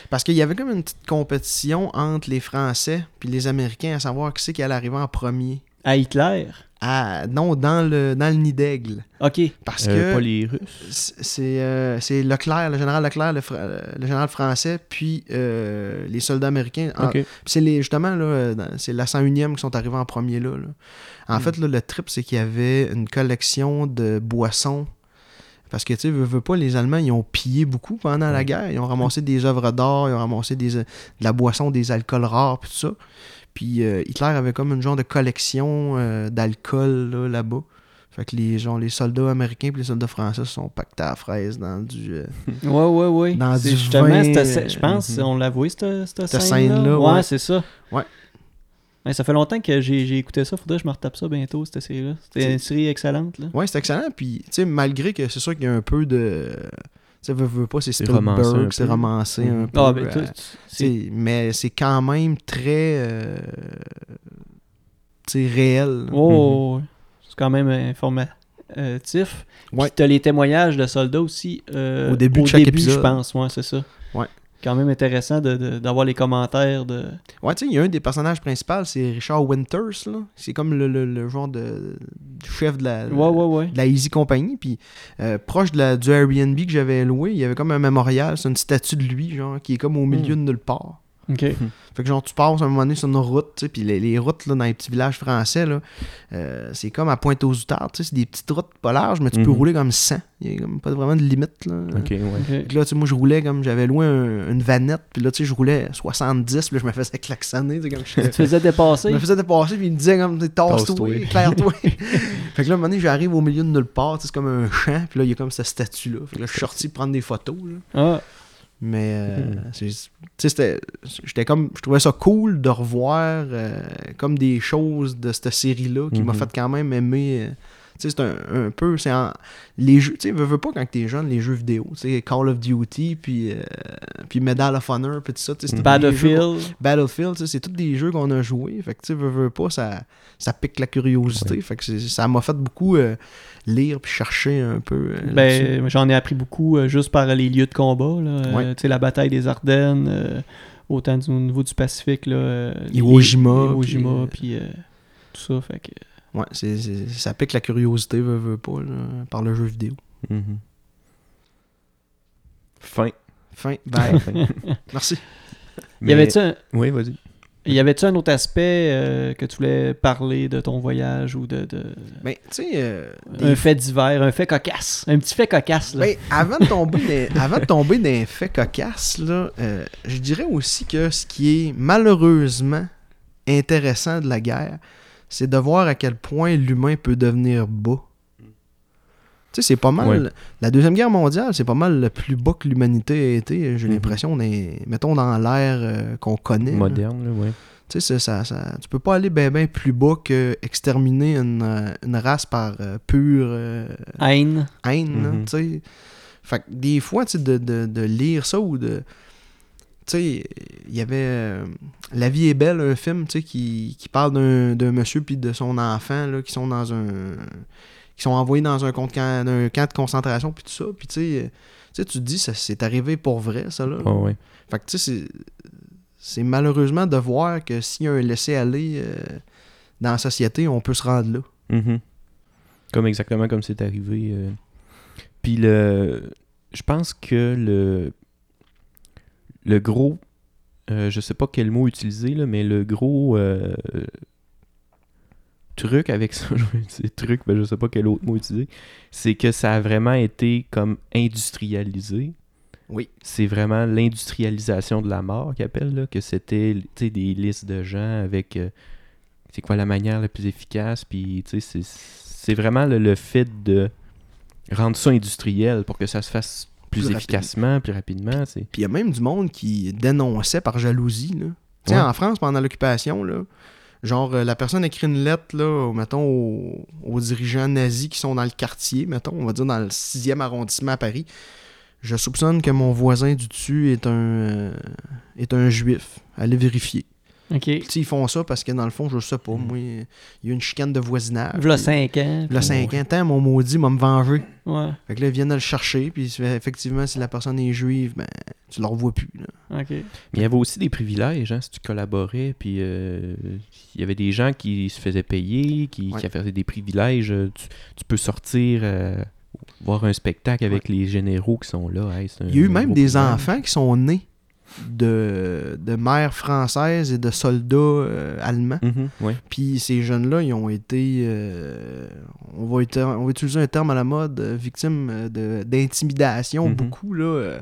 Speaker 3: Parce qu'il y avait comme une petite compétition entre les Français puis les Américains à savoir qui c'est qui allait arriver en premier.
Speaker 1: à Hitler
Speaker 3: Ah, non, dans le, dans le nid d'aigle.
Speaker 1: ok
Speaker 3: Parce
Speaker 2: Euh,
Speaker 3: que
Speaker 2: Pas les Russes.
Speaker 3: c'est- c'est euh, c'est Leclerc, le général Leclerc, le, fra- euh, le général français, puis euh, les soldats américains. En-
Speaker 2: Ok.
Speaker 3: puis C'est les justement, là, euh, dans- c'est la 101e qui sont arrivés en premier là. là. En fait, là, le trip, c'est qu'il y avait une collection de boissons. Parce que, tu sais, veux, veux pas, les Allemands, ils ont pillé beaucoup pendant la
Speaker 2: Ouais.
Speaker 3: guerre. Ils ont ramassé des œuvres d'art, ils ont ramassé des, euh, de la boisson, des alcools rares, puis tout ça. Puis euh, Hitler avait comme une genre de collection euh, d'alcool là, là-bas. fait que les, genre, les soldats américains et les soldats français se sont pactés à la fraise dans du... euh,
Speaker 1: ouais ouais ouais
Speaker 3: Dans
Speaker 1: C'est
Speaker 3: du
Speaker 1: justement
Speaker 3: vin,
Speaker 1: cette scè- je pense
Speaker 2: mhm.
Speaker 1: on l'a avoué cette, cette,
Speaker 3: Cette
Speaker 1: scène là,
Speaker 3: scène-là,
Speaker 1: ouais,
Speaker 3: ouais.
Speaker 1: c'est ça
Speaker 3: Ouais.
Speaker 1: Ouais, ça fait longtemps que j'ai j'ai écouté ça faudrait que je me retape ça bientôt cette série là c'était
Speaker 3: C'est-
Speaker 1: une série excellente là
Speaker 3: Ouais, c'est excellent. Puis, tu sais, malgré que c'est sûr qu'il y a un peu de. Tu sais, veux, veux pas, c'est
Speaker 2: C'est romancé un
Speaker 3: Spielberg, c'est
Speaker 2: peu.
Speaker 3: romancé
Speaker 2: Mhm.
Speaker 3: un peu.
Speaker 1: ah ben
Speaker 3: euh,
Speaker 1: tout-
Speaker 3: tu
Speaker 1: c'est
Speaker 3: sais, mais c'est quand même très. euh, tu sais, réel.
Speaker 1: oh c'est quand même informatif
Speaker 3: Ouais.
Speaker 1: puis t'as les témoignages de soldats aussi euh,
Speaker 3: Au début de chaque
Speaker 1: je
Speaker 3: épisode.
Speaker 1: pense ouais c'est ça
Speaker 3: Ouais.
Speaker 1: quand même intéressant de- de- d'avoir les commentaires de
Speaker 3: Ouais, tu sais, il y a un des personnages principaux, c'est Richard Winters, là. C'est comme le, le- le genre de. du chef de la.
Speaker 1: Ouais, ouais, ouais.
Speaker 3: de la Easy Company, puis euh, proche de la, du Airbnb que j'avais loué, il y avait comme un mémorial, c'est une statue de lui, genre, qui est comme au
Speaker 1: Hmm.
Speaker 3: milieu de nulle part.
Speaker 1: OK.
Speaker 3: Fait que genre, tu passes à un moment donné sur une route, tu sais, puis les, les routes là, dans les petits villages français, là, euh, c'est comme à pointe aux outards, tu sais, c'est des petites routes pas larges, mais tu peux
Speaker 2: Mhm.
Speaker 3: rouler comme 100. Il y a comme pas vraiment de limite, là.
Speaker 2: Ok, ouais.
Speaker 1: OK.
Speaker 3: Fait que là, tu sais, moi, je roulais comme, j'avais loué un- une vanette, puis là, tu sais, je roulais 70, puis là, je me faisais klaxonner, tu sais, comme
Speaker 1: Tu
Speaker 3: je...
Speaker 1: te faisais
Speaker 3: je
Speaker 1: dépasser.
Speaker 3: me faisais dépasser, puis il me disait comme,
Speaker 2: Tasse-toi.
Speaker 3: tasse-toi, éclaire-toi. fait que là, à un moment donné, j'arrive au milieu de nulle part, tu sais, c'est comme un champ, puis là, il y a comme cette statue-là. Fait que là, je suis sorti prendre des photos, là.
Speaker 1: Ah,
Speaker 3: Mais euh,
Speaker 1: Hmm.
Speaker 3: c'est- tu sais, c'était- j'étais comme je trouvais ça cool de revoir euh, comme des choses de cette série là qui m'a
Speaker 2: Mhm.
Speaker 3: fait quand même aimer euh, tu sais, c'est un, un peu c'est en- les jeux tu sais veux, veux pas quand t'es jeune les jeux vidéo tu sais Call of Duty puis euh, puis Medal of Honor puis tout ça tu sais, c'est tous des jeux
Speaker 1: Battlefield.
Speaker 3: qu'on- Battlefield tu sais, c'est tous des jeux qu'on a joués fait que tu sais veux, veux pas ça ça pique la curiosité fait que c'est- ça m'a fait beaucoup euh, lire puis chercher un peu euh, là-dessus.
Speaker 1: Ben, j'en ai appris beaucoup euh, juste par les lieux de combat. là. Euh,
Speaker 3: Ouais.
Speaker 1: Tu sais, la bataille des Ardennes, euh, autant du, au niveau du Pacifique. Là, euh,
Speaker 3: Iwo
Speaker 1: les-
Speaker 3: Jima,
Speaker 1: Iwo
Speaker 3: puis,
Speaker 1: Jima,
Speaker 3: euh,
Speaker 1: puis euh, tout ça. Fait que...
Speaker 3: Ouais, c'est, c'est- ça pique la curiosité, veut, veut pas, là, par le jeu vidéo.
Speaker 2: Mhm. Fin.
Speaker 3: Fin, bye.
Speaker 2: Fin.
Speaker 3: Merci.
Speaker 1: Y
Speaker 2: Mais-
Speaker 1: avait-tu un,
Speaker 2: Oui, vas-y.
Speaker 1: y avait-tu un autre aspect euh, que tu voulais parler de ton voyage ou de. de-
Speaker 3: Ben, tu sais, euh, des-
Speaker 1: Un fait divers, un fait cocasse. Un petit fait cocasse. Là.
Speaker 3: ben, avant de tomber dans, avant de tomber dans les faits cocasses, là, euh, je dirais aussi que ce qui est malheureusement intéressant de la guerre, c'est de voir à quel point l'humain peut devenir bas. Tu Tu sais, c'est pas mal.
Speaker 2: Ouais.
Speaker 3: La Deuxième Guerre mondiale, c'est pas mal le plus bas que l'humanité a été, j'ai
Speaker 2: Mhm.
Speaker 3: l'impression, dans- mettons dans l'ère euh, qu'on connaît. là.
Speaker 2: Moderne, là, ouais.
Speaker 3: Tu sais, c'est- ça, ça- tu peux pas aller ben, ben plus bas que exterminer une, euh, une race par euh, pure euh,
Speaker 1: Haine.
Speaker 3: haine, là,
Speaker 2: Mhm.
Speaker 3: tu sais. Fait que des fois, tu sais, de, de- de lire ça ou de... Tu sais, il y avait... euh, La vie est belle, un film, tu sais, qui, qui parle d'un, d'un monsieur puis de son enfant, là, qui sont dans un... qui sont envoyés dans un, compte camp, dans un camp de concentration puis tout ça, puis tu sais... euh, Tu sais, tu te dis, ça, c'est arrivé pour vrai, ça, là.
Speaker 2: Ah, ouais.
Speaker 3: Fait que, tu sais, c'est- c'est malheureusement de voir que s'il y a un laisser-aller euh, dans la société, on peut se rendre là.
Speaker 2: Mhm. Comme exactement comme c'est arrivé. euh. Puis le, je pense que le, le gros, euh, je sais pas quel mot utiliser là, mais le gros euh, truc avec ça, je vais utiliser truc, mais je sais pas quel autre mot utiliser, c'est que ça a vraiment été comme industrialisé.
Speaker 3: Oui.
Speaker 2: C'est vraiment l'industrialisation de la mort qu'ils appellent, là, que c'était tu sais, des listes de gens avec euh, c'est quoi la manière la plus efficace, puis tu sais, c'est- c'est vraiment le, le fait de rendre ça industriel pour que ça se fasse plus,
Speaker 3: Plus rapide.
Speaker 2: efficacement, plus rapidement. c'est
Speaker 3: Puis il y a même du monde qui dénonçait par jalousie. Là. Tu sais,
Speaker 2: Ouais.
Speaker 3: en France, pendant l'occupation, là, genre, euh, la personne écrit une lettre, là, mettons, aux, aux dirigeants nazis qui sont dans le quartier, mettons, on va dire dans le 6e arrondissement à Paris. Je soupçonne que mon voisin du dessus est un, euh, est un juif. Allez vérifier.
Speaker 1: OK.
Speaker 3: Puis, tu sais, ils font ça parce que, dans le fond, je sais pas,
Speaker 2: Mm.
Speaker 3: moi, il y a une chicane de voisinage.
Speaker 1: V'là 5 ans.
Speaker 3: Là, 5 ans, Tant, mon maudit m'a me venger.
Speaker 1: Ouais.
Speaker 3: Fait que là, ils viennent le chercher, puis c'est- effectivement, si la personne est juive, ben, tu la revois plus. là.
Speaker 1: OK.
Speaker 2: Mais il y avait aussi des privilèges, hein, si tu collaborais, puis euh, il y avait des gens qui se faisaient payer, qui,
Speaker 3: Ouais.
Speaker 2: qui avaient des privilèges. euh, Tu, tu peux sortir, euh, voir un spectacle avec les généraux qui sont là. Hey, c'est un
Speaker 3: Il y a eu même
Speaker 2: gros
Speaker 3: des
Speaker 2: privilège.
Speaker 3: enfants qui sont nés de, de mères françaises et de soldats euh, allemands.
Speaker 2: Mhm, ouais.
Speaker 3: Puis ces jeunes-là, ils ont été, euh, on, va être- on va utiliser un terme à la mode, euh, victimes euh, de- d'intimidation
Speaker 2: Mhm.
Speaker 3: beaucoup, là, euh,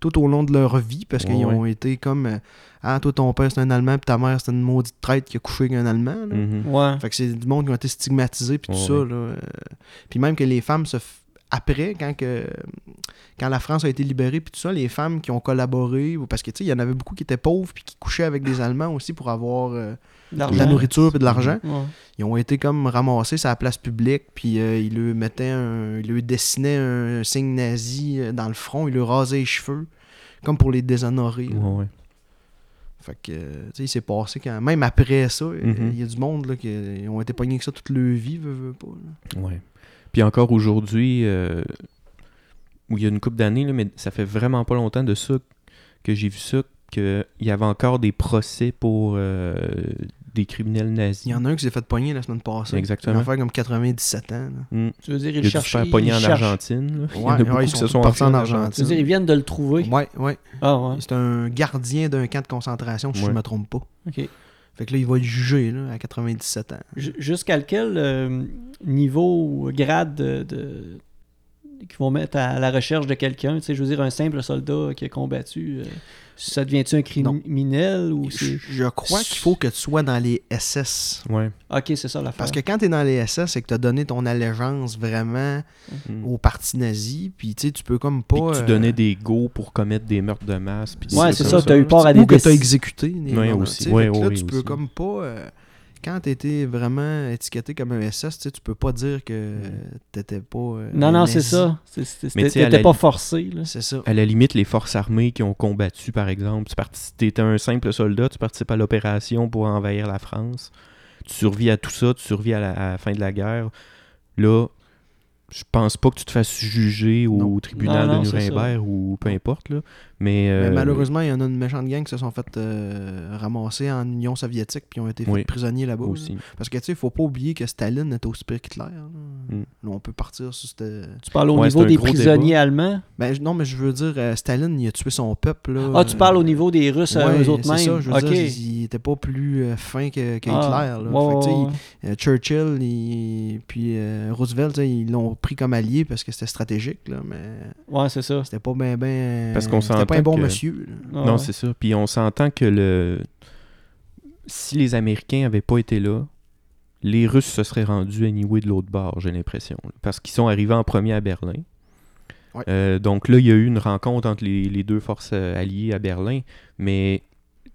Speaker 3: tout au long de leur vie, parce qu'ils
Speaker 2: Ouais,
Speaker 3: ont été comme, euh, ah, toi, ton père, c'est un Allemand, puis ta mère, c'est une maudite traite qui a couché avec un Allemand. là.
Speaker 2: Mhm.
Speaker 1: Ouais.
Speaker 3: Fait que c'est du monde qui ont été stigmatisés puis tout
Speaker 2: Ouais,
Speaker 3: ça.
Speaker 2: ouais.
Speaker 3: Là. Euh, Puis même que les femmes se f- après, quand que quand la France a été libérée puis tout ça, les femmes qui ont collaboré, ou- parce que tu sais, il y en avait beaucoup qui étaient pauvres puis qui couchaient avec des Allemands aussi pour avoir euh, de la
Speaker 1: L'argent.
Speaker 3: nourriture et de
Speaker 2: Mm-hmm.
Speaker 3: l'argent.
Speaker 1: Ouais.
Speaker 3: Ils ont été comme ramassés sur la place publique, puis euh, ils lui mettaient un. Ils lui dessinaient un signe nazi euh, dans le front, ils lui rasaient les cheveux, comme pour les déshonorer. là.
Speaker 2: Ouais, ouais.
Speaker 3: Fait que, euh, tu sais, il s'est passé quand même après ça, euh, il
Speaker 2: Mhm.
Speaker 3: y a du monde là, qui euh, ils ont été pognés que ça toute leur vie, veut, veut pas. là.
Speaker 2: Ouais. Puis encore aujourd'hui, euh, où il y a une couple d'années, là, mais ça fait vraiment pas longtemps de ça que j'ai vu ça, qu'il y avait encore des procès pour euh, des criminels nazis.
Speaker 3: Il y en a un qui s'est fait pogner la semaine passée.
Speaker 2: Exactement.
Speaker 3: Il a fait comme 97 ans. là.
Speaker 2: Mm.
Speaker 1: Tu veux dire,
Speaker 2: Il a
Speaker 1: ils
Speaker 2: dû se
Speaker 1: cherchent.
Speaker 2: faire pogner en
Speaker 1: ils cherchent.
Speaker 2: Argentine. là. il y en
Speaker 3: Ouais,
Speaker 2: a beaucoup
Speaker 3: ouais, ils
Speaker 2: qui
Speaker 3: sont
Speaker 2: se sont
Speaker 3: tous partis
Speaker 2: enfuis
Speaker 3: en
Speaker 2: en
Speaker 1: Tu
Speaker 3: Argentine.
Speaker 1: veux dire, ils viennent de le trouver.
Speaker 3: Ouais, ouais.
Speaker 1: Ah ouais.
Speaker 3: C'est un gardien d'un camp de concentration, si je
Speaker 2: Ouais.
Speaker 3: me trompe pas.
Speaker 1: OK.
Speaker 3: Fait que là, il va le juger là, à 97 ans.
Speaker 1: J- Jusqu'à quel euh, niveau ou grade de, de- qu'ils vont mettre à la recherche de quelqu'un? Tu sais, je veux dire, un simple soldat qui a combattu, euh, ça devient-tu un
Speaker 3: Non.
Speaker 1: criminel ou
Speaker 3: Je,
Speaker 1: c'est...
Speaker 3: je crois qu'il faut que tu sois dans les SS.
Speaker 2: Ouais.
Speaker 1: OK, c'est ça l'affaire.
Speaker 3: Parce que quand tu es dans les SS, c'est que tu as donné ton allégeance vraiment
Speaker 1: Mhm.
Speaker 2: Mm.
Speaker 3: au parti nazi, puis tu sais, tu peux comme pas.
Speaker 2: Puis que
Speaker 3: euh,
Speaker 2: tu donnais des go pour commettre des meurtres de masse. puis des
Speaker 1: Ouais,
Speaker 2: trucs
Speaker 1: c'est
Speaker 2: comme
Speaker 1: ça, t'as eu peur à des
Speaker 3: ou que t'as
Speaker 1: déc-
Speaker 3: exécuté. des
Speaker 2: Ouais,
Speaker 3: moments,
Speaker 2: aussi.
Speaker 3: tu sais.
Speaker 2: Ouais,
Speaker 3: Fait que là,
Speaker 2: ouais,
Speaker 3: tu peux
Speaker 2: aussi.
Speaker 3: comme pas. euh, quand t'étais vraiment euh, étiqueté comme un SS, tu sais, tu peux pas dire que euh, t'étais pas. euh,
Speaker 1: Non,
Speaker 3: un
Speaker 1: non, c'est
Speaker 3: nazi.
Speaker 1: ça. C'est- c'est-
Speaker 2: Mais tu sais,
Speaker 1: C'était
Speaker 2: à
Speaker 1: t'étais
Speaker 2: la
Speaker 1: pas
Speaker 2: li-
Speaker 1: forcé. Là.
Speaker 3: C'est ça.
Speaker 2: À la limite, les forces armées qui ont combattu, par exemple, tu partici- t'étais un simple soldat, tu participes à l'opération pour envahir la France, tu survis à tout ça, tu survis à la, à la fin de la guerre. Là, je pense pas que tu te fasses juger au
Speaker 3: Non.
Speaker 2: tribunal
Speaker 1: Non, non,
Speaker 2: de
Speaker 1: c'est ça.
Speaker 2: Nuremberg ou peu importe, là. Mais,
Speaker 3: Mais
Speaker 2: euh,
Speaker 3: malheureusement, il y en a une méchante gang qui se sont fait euh, ramasser en Union soviétique puis ont été faits
Speaker 2: Oui.
Speaker 3: prisonniers là-bas. là.
Speaker 2: aussi.
Speaker 3: Parce que tu sais, faut pas oublier que Staline était aussi pire qu'Hitler. Là.
Speaker 2: Mm.
Speaker 3: Là, on peut partir sur cette.
Speaker 1: Tu parles au
Speaker 2: Ouais,
Speaker 1: niveau
Speaker 2: c'est un
Speaker 1: des
Speaker 2: gros
Speaker 1: prisonniers allemands?
Speaker 3: Ben, je- non, mais je veux dire, euh, Staline, il a tué son peuple. là.
Speaker 1: Ah, tu parles au niveau des Russes,
Speaker 3: Ouais,
Speaker 1: euh, eux autres
Speaker 3: c'est
Speaker 1: mêmes?
Speaker 3: ça, je veux
Speaker 1: OK.
Speaker 3: dire, il était pas plus euh, fin que, que
Speaker 1: Ah,
Speaker 3: Hitler. là.
Speaker 1: ouais,
Speaker 3: Fait que, tu sais,
Speaker 1: ouais,
Speaker 3: il- Euh, Churchill et puis euh, Roosevelt, là, ils l'ont pris comme allié parce que c'était stratégique, là, mais
Speaker 1: ouais. Ouais, c'est ça.
Speaker 3: c'était pas ben ben.
Speaker 2: Parce qu'on
Speaker 3: C'était pas un
Speaker 2: s'entend
Speaker 3: bon
Speaker 2: que-
Speaker 3: monsieur. là.
Speaker 1: Ah,
Speaker 2: non,
Speaker 1: ouais.
Speaker 2: c'est ça. Puis on s'entend que le si les Américains avaient pas été là, les Russes se seraient rendus anyway de l'autre bord, j'ai l'impression. là, parce qu'ils sont arrivés en premier à Berlin.
Speaker 3: Ouais.
Speaker 2: Euh, donc là, il y a eu une rencontre entre les, les deux forces euh, alliées à Berlin, mais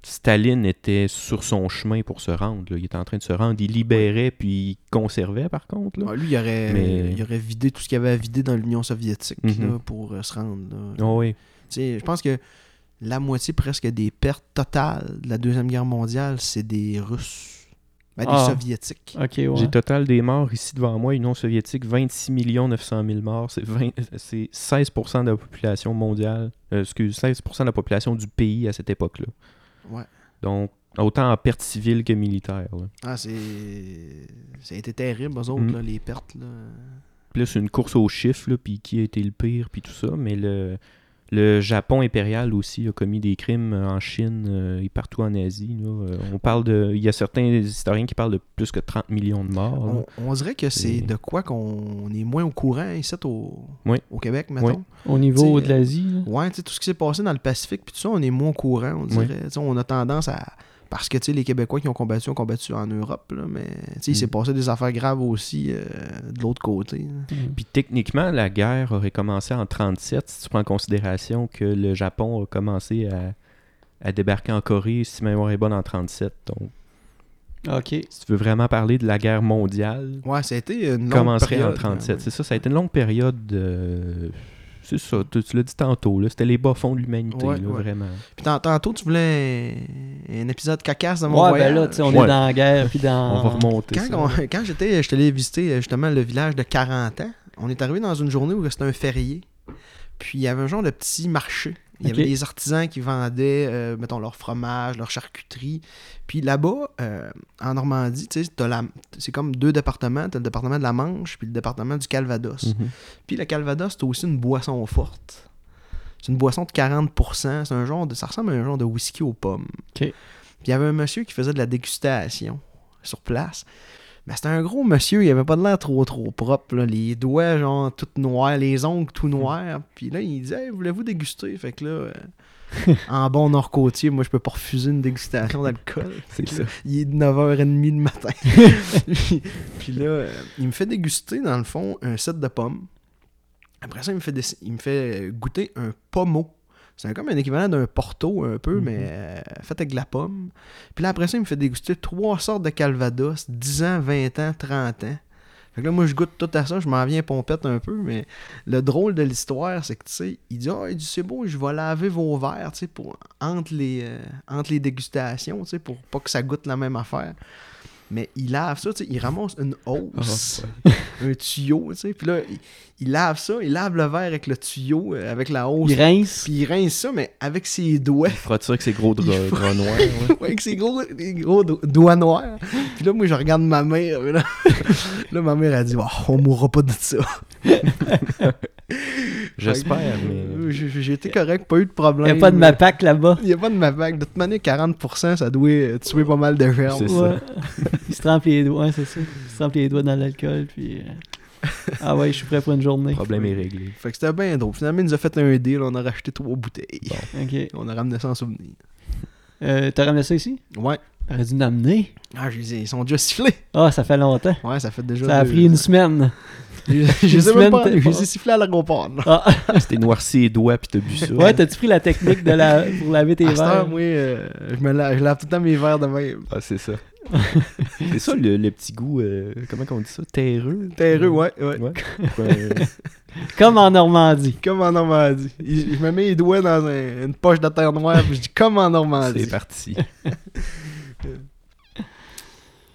Speaker 2: Staline était sur son chemin pour se rendre. là. Il était en train de se rendre. Il libérait, puis il conservait, par contre. là.
Speaker 3: Ouais, lui, il aurait,
Speaker 2: Mais-
Speaker 3: il aurait vidé tout ce qu'il y avait à vider dans l'Union soviétique
Speaker 2: Mhm.
Speaker 3: là, pour euh, se rendre. là.
Speaker 2: Ah oui.
Speaker 3: Tu sais, Je pense que la moitié presque des pertes totales de la Deuxième Guerre mondiale, c'est des Russes. Ben, des
Speaker 1: Ah.
Speaker 3: Soviétiques.
Speaker 1: Ok, ouais.
Speaker 2: J'ai total des morts ici devant moi, Union soviétique, 26 900 000 morts. C'est 20 c'est 16 de la population mondiale. euh, excuse, 16 de la population du pays à cette époque-là.
Speaker 3: Ouais.
Speaker 2: Donc, autant en pertes civiles que militaires. là.
Speaker 3: Ah, c'est. Ça a été terrible, eux autres,
Speaker 2: Mhm.
Speaker 3: là, les pertes. là.
Speaker 2: Plus une course aux chiffres, là, puis qui a été le pire, puis tout ça. Mais le, le Japon impérial aussi a commis des crimes euh, en Chine euh, et partout en Asie. là. Euh, On parle de, il y a certains historiens qui parlent de plus que 30 millions de morts. là.
Speaker 3: On, on dirait que c'est
Speaker 2: Et-
Speaker 3: de quoi qu'on est moins au courant ici au,
Speaker 2: Oui.
Speaker 3: au Québec, mettons.
Speaker 1: Au niveau
Speaker 3: T'sais,
Speaker 1: de l'Asie, là.
Speaker 3: Ouais, tu sais, tout ce qui s'est passé dans le Pacifique, puis tout ça, on est moins au courant, on
Speaker 2: Oui.
Speaker 3: dirait. Tu sais, On a tendance à. Parce que, tu sais, les Québécois qui ont combattu ont combattu en Europe, là, mais, tu sais, il
Speaker 2: Mm.
Speaker 3: s'est passé des affaires graves aussi euh, de l'autre côté. là.
Speaker 2: Puis techniquement, la guerre aurait commencé en 37, si tu prends en considération que le Japon a commencé à, à débarquer en Corée, si ma mémoire est bonne, en 37. Donc,
Speaker 1: Ok.
Speaker 2: si tu veux vraiment parler de la guerre mondiale,
Speaker 3: Ouais, ça a été une longue
Speaker 2: commencerait
Speaker 3: période,
Speaker 2: en
Speaker 3: là,
Speaker 2: 37.
Speaker 3: ouais.
Speaker 2: C'est ça, ça a été une longue période de... C'est ça, tu, tu l'as dit tantôt, là, c'était les bas-fonds de l'humanité,
Speaker 3: Ouais,
Speaker 2: là,
Speaker 3: ouais.
Speaker 2: vraiment.
Speaker 3: Puis tant- tantôt, tu voulais un, un épisode cacasse de mon
Speaker 1: Ouais,
Speaker 3: voyage.
Speaker 1: ben là, tu sais, on
Speaker 2: Ouais.
Speaker 1: est dans la guerre, puis dans.
Speaker 2: On va remonter
Speaker 3: Ah, Quand,
Speaker 2: ça.
Speaker 3: on- quand j'étais, j'étais allé visiter euh, justement le village de 40 ans, on est arrivé dans une journée où c'était un férié. Puis il y avait un genre de petit marché. Il y
Speaker 1: Ok.
Speaker 3: avait des artisans qui vendaient, euh, mettons, leur fromage, leur charcuterie. Puis là-bas, euh, en Normandie, tu sais, t'as la- c'est comme deux départements. Tu le département de la Manche puis le département du Calvados.
Speaker 2: Mhm.
Speaker 3: Puis le Calvados, c'est aussi une boisson forte. C'est une boisson de 40%. C'est un genre de, ça ressemble à un genre de whisky aux pommes.
Speaker 1: Ok.
Speaker 3: Puis il y avait un monsieur qui faisait de la dégustation sur place. Mais c'était un gros monsieur, il avait pas de l'air trop trop propre. là. Les doigts, genre, tout noirs, les ongles tout noirs. Puis là, il disait Hey, Voulez-vous déguster Fait que là, euh, en bon nord-côtier, moi, je peux pas refuser une dégustation d'alcool.
Speaker 2: C'est ça.
Speaker 3: Il est 9h30 le matin. Puis là, euh, il me fait déguster, dans le fond, un set de pommes. Après ça, il me fait, dess- il me fait euh, goûter un pommeau. C'est comme un équivalent d'un porto, un peu,
Speaker 2: Mhm.
Speaker 3: mais euh, fait avec de la pomme. Puis là, après ça, il me fait déguster trois sortes de calvados 10 ans, 20 ans, 30 ans. Fait que là, moi, je goûte tout à ça, je m'en viens pompette un peu, mais le drôle de l'histoire, c'est que, tu sais, il dit, Ah, il dit, c'est beau, je vais laver vos verres, tu sais, pour, entre, les, euh, entre les dégustations, tu sais, pour pas que ça goûte la même affaire. Mais il lave ça, tu sais, il ramasse une hausse,
Speaker 1: Ah,
Speaker 3: un tuyau, tu sais, puis là, il, il lave ça, il lave le verre avec le tuyau, euh, avec la hausse,
Speaker 1: Il rince.
Speaker 3: puis il rince ça, mais avec ses doigts.
Speaker 2: Il frotte ça avec ses gros
Speaker 3: Il
Speaker 2: draps
Speaker 3: faut-
Speaker 2: draps noirs. ouais.
Speaker 3: Ouais, avec ses gros, des gros do- doigts noirs. Puis là, moi, je regarde ma mère. mais Là, Là, ma mère a dit, Oh, on mourra pas de ça.
Speaker 2: J'espère,
Speaker 3: Fait que,
Speaker 2: mais...
Speaker 3: J'ai j'ai été correct, pas eu de problème.
Speaker 1: Il n'y a pas de ma pack là-bas.
Speaker 3: Il n'y a pas de ma vague. De toute manière, 40%, ça doit euh, tuer pas mal de germes.
Speaker 2: C'est ça.
Speaker 1: Ouais. il se trempe les doigts, ouais, c'est ça. Il se trempe les doigts dans l'alcool, puis. euh, Ah ouais, je suis prêt pour une journée.
Speaker 2: Le problème est réglé.
Speaker 3: Fait que c'était bien drôle. Finalement, il nous a fait un deal, on a racheté trois bouteilles.
Speaker 1: Ok.
Speaker 3: On a ramené ça en souvenir.
Speaker 1: Euh, T'as ramené ça ici
Speaker 3: Ouais.
Speaker 1: T'aurais dû l'amener.
Speaker 3: Ah, je les ai- ils sont déjà sifflés.
Speaker 1: Ah, ça fait longtemps.
Speaker 3: Ouais, ça fait déjà.
Speaker 1: Ça a
Speaker 3: deux-
Speaker 1: pris une semaine.
Speaker 3: Je je les ai
Speaker 1: semaine,
Speaker 3: même pas.
Speaker 1: t'es-
Speaker 3: Je les ai sifflés à l'aéroport. là.
Speaker 1: Ah,
Speaker 2: C'était noirci les doigts, puis t'as bu ça.
Speaker 1: ouais, t'as-tu pris la technique de la... pour laver tes
Speaker 3: À cette heure,
Speaker 1: verres
Speaker 3: moi, euh, je, me lave, je lave tout le temps mes verres de même.
Speaker 2: Ah, c'est ça. c'est ça le, le petit goût, euh, comment qu'on dit ça Terreux
Speaker 3: Terreux, ouais, ouais.
Speaker 2: Ouais. Euh,
Speaker 1: Comme en Normandie.
Speaker 3: Comme en Normandie. Il- Je me mets les doigts dans un- une poche de terre noire, puis je dis comme en Normandie.
Speaker 2: Ah, c'est parti.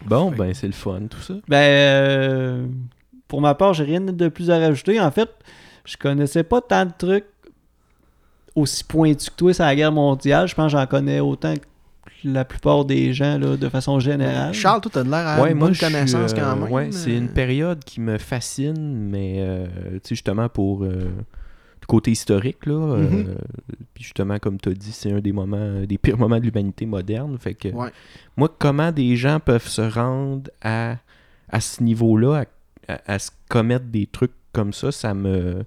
Speaker 2: bon, ben, c'est le fun, tout ça.
Speaker 1: Ben, euh, pour ma part, j'ai rien de plus à rajouter. En fait, je connaissais pas tant de trucs aussi pointus que toi sur la guerre mondiale. Je pense que j'en connais autant que la plupart des gens là, de façon générale.
Speaker 3: Charles, toi, t'as de l'air à
Speaker 2: ouais,
Speaker 3: une
Speaker 2: moi,
Speaker 3: bonne
Speaker 2: je suis,
Speaker 3: connaissance
Speaker 2: euh,
Speaker 3: quand même.
Speaker 2: ouais, c'est une
Speaker 3: euh.
Speaker 2: période qui me fascine, mais euh, tu sais, justement pour euh, le côté historique, là. euh,
Speaker 3: Mhm.
Speaker 2: puis justement, comme tu as dit, c'est un des moments, des pires moments de l'humanité moderne. Fait que
Speaker 3: Ouais.
Speaker 2: moi, comment des gens peuvent se rendre à, à ce niveau-là, à, à- à se commettre des trucs comme ça, ça me.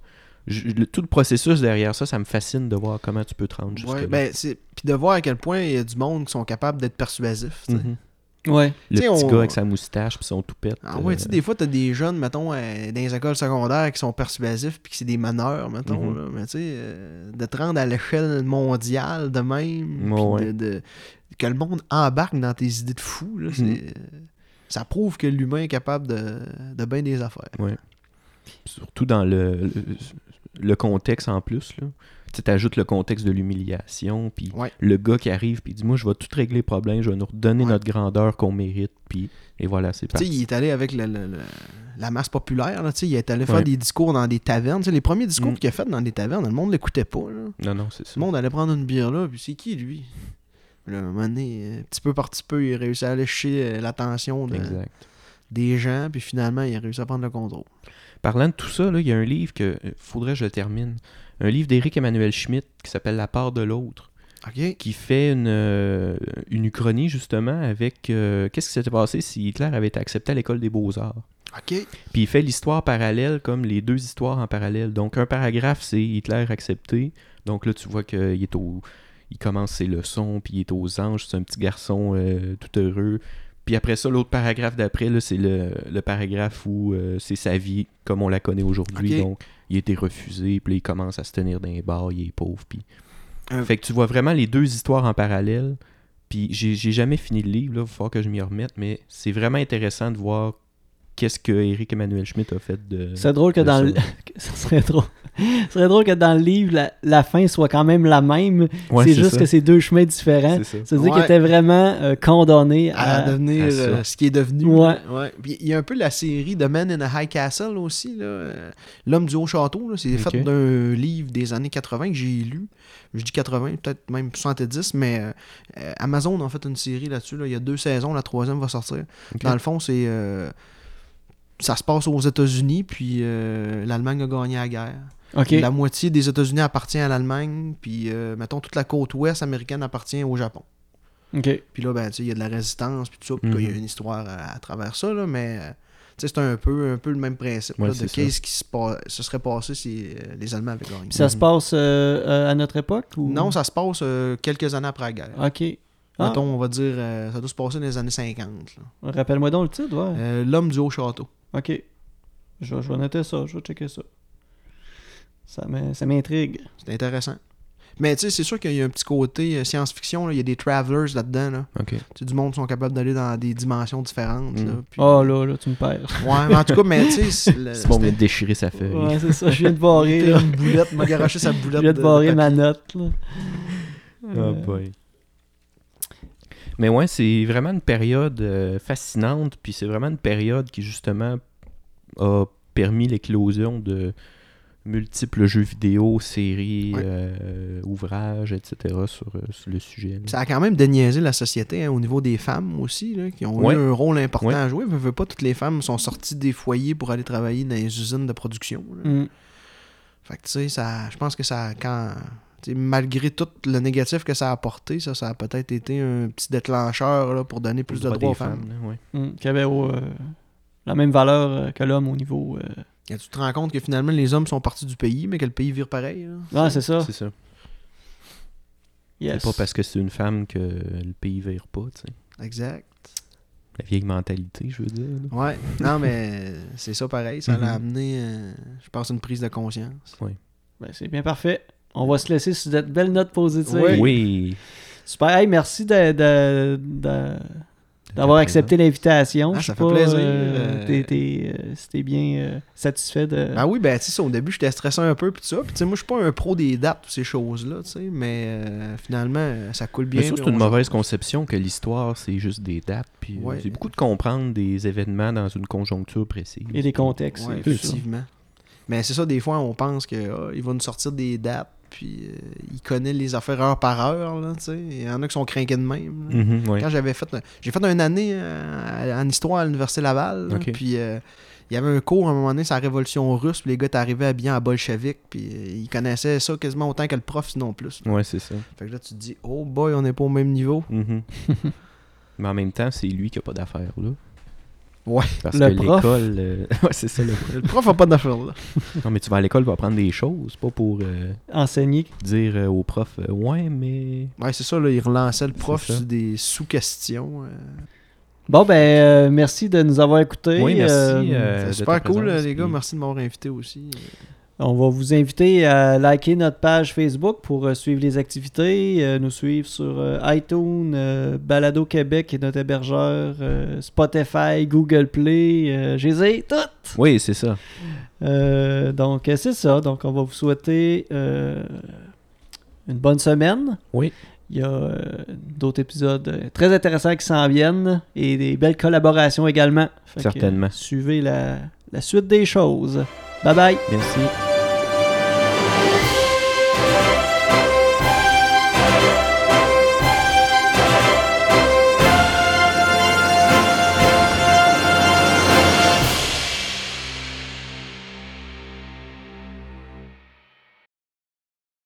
Speaker 2: je- le- tout le processus derrière ça, ça me fascine de voir comment
Speaker 3: ben,
Speaker 2: tu peux te rendre jusque-là.
Speaker 3: Ouais, ben, c'est- Puis de voir à quel point il y a du monde qui sont capables d'être persuasifs. tu sais.
Speaker 2: Mhm.
Speaker 1: Ouais.
Speaker 2: Le
Speaker 3: T'sais,
Speaker 2: petit
Speaker 3: on-
Speaker 2: gars avec sa moustache puis son toupette. euh,
Speaker 3: Ah ouais, tu sais, des fois, t'as des jeunes, mettons, euh, dans les écoles secondaires qui sont persuasifs puis que c'est des meneurs, mettons.
Speaker 2: Mhm.
Speaker 3: là. mais tu sais, euh, de te rendre à l'échelle mondiale de même, puis
Speaker 2: Ouais.
Speaker 3: de, de- que le monde embarque dans tes idées de fou, là, c'est- euh,
Speaker 2: Mhm.
Speaker 3: ça prouve que l'humain est capable de, de bien des affaires.
Speaker 2: Surtout dans le, le, le contexte en plus. Là. Tu ajoutes le contexte de l'humiliation, puis
Speaker 3: Ouais.
Speaker 2: le gars qui arrive, puis il dit Moi, je vais tout régler le problème, je vais nous redonner
Speaker 3: Ouais.
Speaker 2: notre grandeur qu'on mérite, puis et voilà, c'est
Speaker 3: Tu sais,
Speaker 2: parti.
Speaker 3: il est allé avec le- le- le- la masse populaire, là, tu sais, il est allé faire
Speaker 2: Ouais.
Speaker 3: des discours dans des tavernes. Tu sais, les premiers discours
Speaker 2: Mhm.
Speaker 3: qu'il a fait dans des tavernes, le monde l'écoutait pas. là.
Speaker 2: Non, non, c'est
Speaker 3: Tout
Speaker 2: ça.
Speaker 3: le monde allait prendre une bière là, puis c'est qui lui Là, à un moment donné, euh, petit peu par petit peu, il réussit à lécher euh, l'attention de-
Speaker 2: Exact.
Speaker 3: des gens, puis finalement, il a réussi à prendre le contrôle.
Speaker 2: Parlant de tout ça, là, il y a un livre que euh, faudrait que je le termine. Un livre d'Éric Emmanuel Schmitt qui s'appelle La part de l'autre,
Speaker 3: Ok
Speaker 2: qui fait une, euh, une uchronie justement avec euh, qu'est-ce qui s'était passé si Hitler avait été accepté à l'école des beaux-arts.
Speaker 3: Ok
Speaker 2: Puis il fait l'histoire parallèle comme les deux histoires en parallèle. Donc un paragraphe, c'est Hitler accepté. Donc là, tu vois qu'il est au. Il commence ses leçons, puis il est aux anges, c'est un petit garçon euh, tout heureux. Puis après ça, l'autre paragraphe d'après, là, c'est le, le paragraphe où euh, c'est sa vie comme on la connaît aujourd'hui.
Speaker 3: Ok.
Speaker 2: Donc il a été refusé, puis là, il commence à se tenir d'un bar, il est pauvre. Puis...
Speaker 3: Euh.
Speaker 2: Fait que tu vois vraiment les deux histoires en parallèle. Puis j'ai j'ai jamais fini le livre, là, il va falloir que je m'y remette, mais c'est vraiment intéressant de voir qu'est-ce que Eric Emmanuel Schmidt a fait de.
Speaker 1: C'est drôle que
Speaker 2: de
Speaker 1: dans le...
Speaker 2: ça.
Speaker 1: ça serait drôle. ça serait drôle que dans le livre, la, la fin soit quand même la même.
Speaker 2: Ouais,
Speaker 1: c'est juste
Speaker 2: ça.
Speaker 1: que c'est deux chemins différents.
Speaker 2: C'est ça.
Speaker 1: Ça veut dire qu'il
Speaker 3: Ouais.
Speaker 1: était vraiment euh, condamné
Speaker 3: À
Speaker 1: à...
Speaker 3: devenir
Speaker 2: Ah, à ça.
Speaker 3: euh, ce qui est devenu.
Speaker 1: Ouais.
Speaker 3: là. Ouais. Puis il y a un peu la série The Man in a High Castle aussi, là. euh, L'homme du haut château, là, c'est
Speaker 2: Ok.
Speaker 3: fait d'un livre des années 80 que j'ai lu. Je dis 80, peut-être même 70, mais euh, euh, Amazon en fait une série là-dessus. là. Il y a deux saisons, la troisième va sortir.
Speaker 2: Ok.
Speaker 3: Dans le fond, c'est. euh, ça se passe aux États-Unis, puis euh, l'Allemagne a gagné la guerre.
Speaker 1: Ok.
Speaker 3: La moitié des États-Unis appartient à l'Allemagne, puis euh, mettons toute la côte ouest américaine appartient au Japon.
Speaker 1: Ok.
Speaker 3: Puis là, ben, tu sais, il y a de la résistance, puis tout ça, puis
Speaker 2: Mhm.
Speaker 3: il y a une histoire à, à travers ça, là, mais euh, tu sais, c'est un peu, un peu le même principe
Speaker 2: Ouais,
Speaker 3: là, de
Speaker 2: c'est ça.
Speaker 3: qu'est-ce qui se, pa- se serait passé si euh, les Allemands avaient gagné.
Speaker 1: Puis ça se passe euh, euh, à notre époque ou...
Speaker 3: Mhm. Non, ça se passe euh, quelques années après la guerre.
Speaker 1: Ok. Ah,
Speaker 3: Mettons, on va dire, euh, ça doit se passer dans les années 50. là.
Speaker 1: Rappelle-moi donc le titre, ouais.
Speaker 3: Euh, L'homme du haut château.
Speaker 1: Ok. Je, vais- je vais noter ça, je vais checker ça. Ça m'in- ça m'intrigue.
Speaker 3: C'est intéressant. Mais tu sais, c'est sûr qu'il y a un petit côté euh, science-fiction, là, il y a des travelers là-dedans. Là.
Speaker 2: Ok.
Speaker 3: Tu sais, du monde qui sont capables d'aller dans des dimensions différentes.
Speaker 2: Mhm.
Speaker 3: là, puis-
Speaker 1: Oh là, là, tu me perds.
Speaker 3: Ouais, mais en tout cas, mais tu sais, c'est le-
Speaker 2: C'est bon, on vient
Speaker 3: c'était-
Speaker 2: de déchirer sa feuille.
Speaker 1: Ouais, c'est ça, je viens de barrer.
Speaker 3: c'était
Speaker 1: là.
Speaker 3: une boulette, m'a garoché sa
Speaker 1: Je
Speaker 3: boulette.
Speaker 1: viens de barrer
Speaker 3: papier.
Speaker 1: ma note. là.
Speaker 2: Oh
Speaker 1: Euh,
Speaker 2: boy. Mais ouais, c'est vraiment une période euh, fascinante, puis c'est vraiment une période qui justement a permis l'éclosion de multiples jeux vidéo, séries,
Speaker 3: Ouais.
Speaker 2: euh, ouvrages, etc. sur, euh, sur le sujet. là.
Speaker 3: Ça a quand même déniaisé la société hein, au niveau des femmes aussi, là, qui ont
Speaker 2: Ouais.
Speaker 3: eu un rôle important
Speaker 2: Ouais.
Speaker 3: à jouer. Veux, veux pas, toutes les femmes sont sorties des foyers pour aller travailler dans les usines de production. là.
Speaker 1: Mm.
Speaker 3: Fait que tu sais, ça- je pense que ça a quand. tu sais, Malgré tout le négatif que ça a apporté, ça, ça a peut-être été un petit déclencheur là, pour donner plus de
Speaker 2: Droit
Speaker 3: droits aux
Speaker 2: des
Speaker 3: femmes.
Speaker 2: là, ouais.
Speaker 1: Mm, qui avait euh, la même valeur euh, que l'homme au niveau. euh.
Speaker 3: Et tu te rends compte que finalement les hommes sont partis du pays, mais que le pays vire pareil. là.
Speaker 1: Ah, c'est ça.
Speaker 2: C'est ça.
Speaker 1: Yes.
Speaker 2: C'est pas parce que c'est une femme que le pays vire pas, tu sais.
Speaker 3: Exact.
Speaker 2: La vieille mentalité, je veux dire. là.
Speaker 3: Ouais, non, mais c'est ça pareil. Ça l'a
Speaker 2: Mhm.
Speaker 3: amené, euh, je pense, une prise de conscience.
Speaker 1: Ben, c'est bien parfait. On va se laisser sur cette belle note positive.
Speaker 3: Oui.
Speaker 2: Oui.
Speaker 1: Super. Hey, merci de- de- de- d'avoir
Speaker 2: Après,
Speaker 1: accepté l'invitation.
Speaker 3: Ah,
Speaker 1: Je
Speaker 3: ça
Speaker 1: sais
Speaker 3: fait
Speaker 1: pas,
Speaker 3: plaisir.
Speaker 1: euh, t'es- t'es, euh, si t'es bien euh, satisfait de.
Speaker 3: Ben oui, ben tu sais, ça, au début, j'étais stressé un peu, puis tout ça. Puis tu sais, moi, je suis pas un pro des dates, toutes ces choses-là, tu sais, mais euh, finalement, euh, ça coule bien.
Speaker 2: Mais ça,
Speaker 3: puis
Speaker 2: c'est une
Speaker 3: on-
Speaker 2: mauvaise conception que l'histoire, c'est juste des dates. Puis euh,
Speaker 3: Ouais.
Speaker 2: c'est beaucoup de comprendre des événements dans une conjoncture précise.
Speaker 1: et des contextes.
Speaker 3: Ouais,
Speaker 1: et tout ça.
Speaker 3: effectivement. Mais c'est ça, des fois, on pense que ah, il va nous sortir des dates, puis euh, il connaît les affaires heure par heure, là, tu sais. Il y en a qui sont crinqués de même. là.
Speaker 2: Mhm, ouais.
Speaker 3: Quand j'avais fait. J'ai fait une année euh, en histoire à l'Université Laval. là,
Speaker 2: Ok.
Speaker 3: Puis euh, il y avait un cours à un moment donné sur la révolution russe. Puis les gars étaient arrivés habillés en bolchevique. Puis euh, ils connaissaient ça quasiment autant que le prof, sinon plus.
Speaker 2: Ouais, c'est ça.
Speaker 3: Fait que là, tu te dis, oh boy, on n'est pas au même niveau.
Speaker 2: Mhm. Mais en même temps, c'est lui qui a pas d'affaires, là.
Speaker 3: Ouais.
Speaker 2: Parce
Speaker 1: Le
Speaker 2: que
Speaker 1: prof.
Speaker 2: l'école. euh, ouais, c'est ça, le
Speaker 3: Le prof a pas d'affaires là.
Speaker 2: Non, mais tu vas à l'école pour apprendre des choses, pas pour euh,
Speaker 1: Enseigner.
Speaker 2: dire euh, au prof euh, Ouais, mais.
Speaker 3: Ouais, c'est ça, là, il relançait le prof
Speaker 2: C'est ça.
Speaker 3: sur des sous-questions. euh.
Speaker 1: Bon, ben, euh, merci de nous avoir écoutés.
Speaker 2: Oui, merci.
Speaker 1: Euh,
Speaker 2: euh,
Speaker 3: C'est
Speaker 2: de
Speaker 3: super
Speaker 2: ta
Speaker 3: cool,
Speaker 2: présence,
Speaker 3: les gars.
Speaker 2: puis-
Speaker 3: Merci de m'avoir invité aussi.
Speaker 1: On va vous inviter à liker notre page Facebook pour euh, suivre les activités, euh, nous suivre sur euh, iTunes, euh, Balado Québec et notre hébergeur, euh, Spotify, Google Play, euh, je les ai toutes.
Speaker 2: Oui, c'est ça.
Speaker 1: Euh, donc, euh, c'est ça. Donc, on va vous souhaiter euh, une bonne semaine.
Speaker 2: Oui.
Speaker 1: Il y a euh, d'autres épisodes euh, très intéressants qui s'en viennent et des belles collaborations également. Fait que,
Speaker 2: Certainement.
Speaker 1: euh, suivez la, la suite des choses. Bye bye.
Speaker 2: Merci.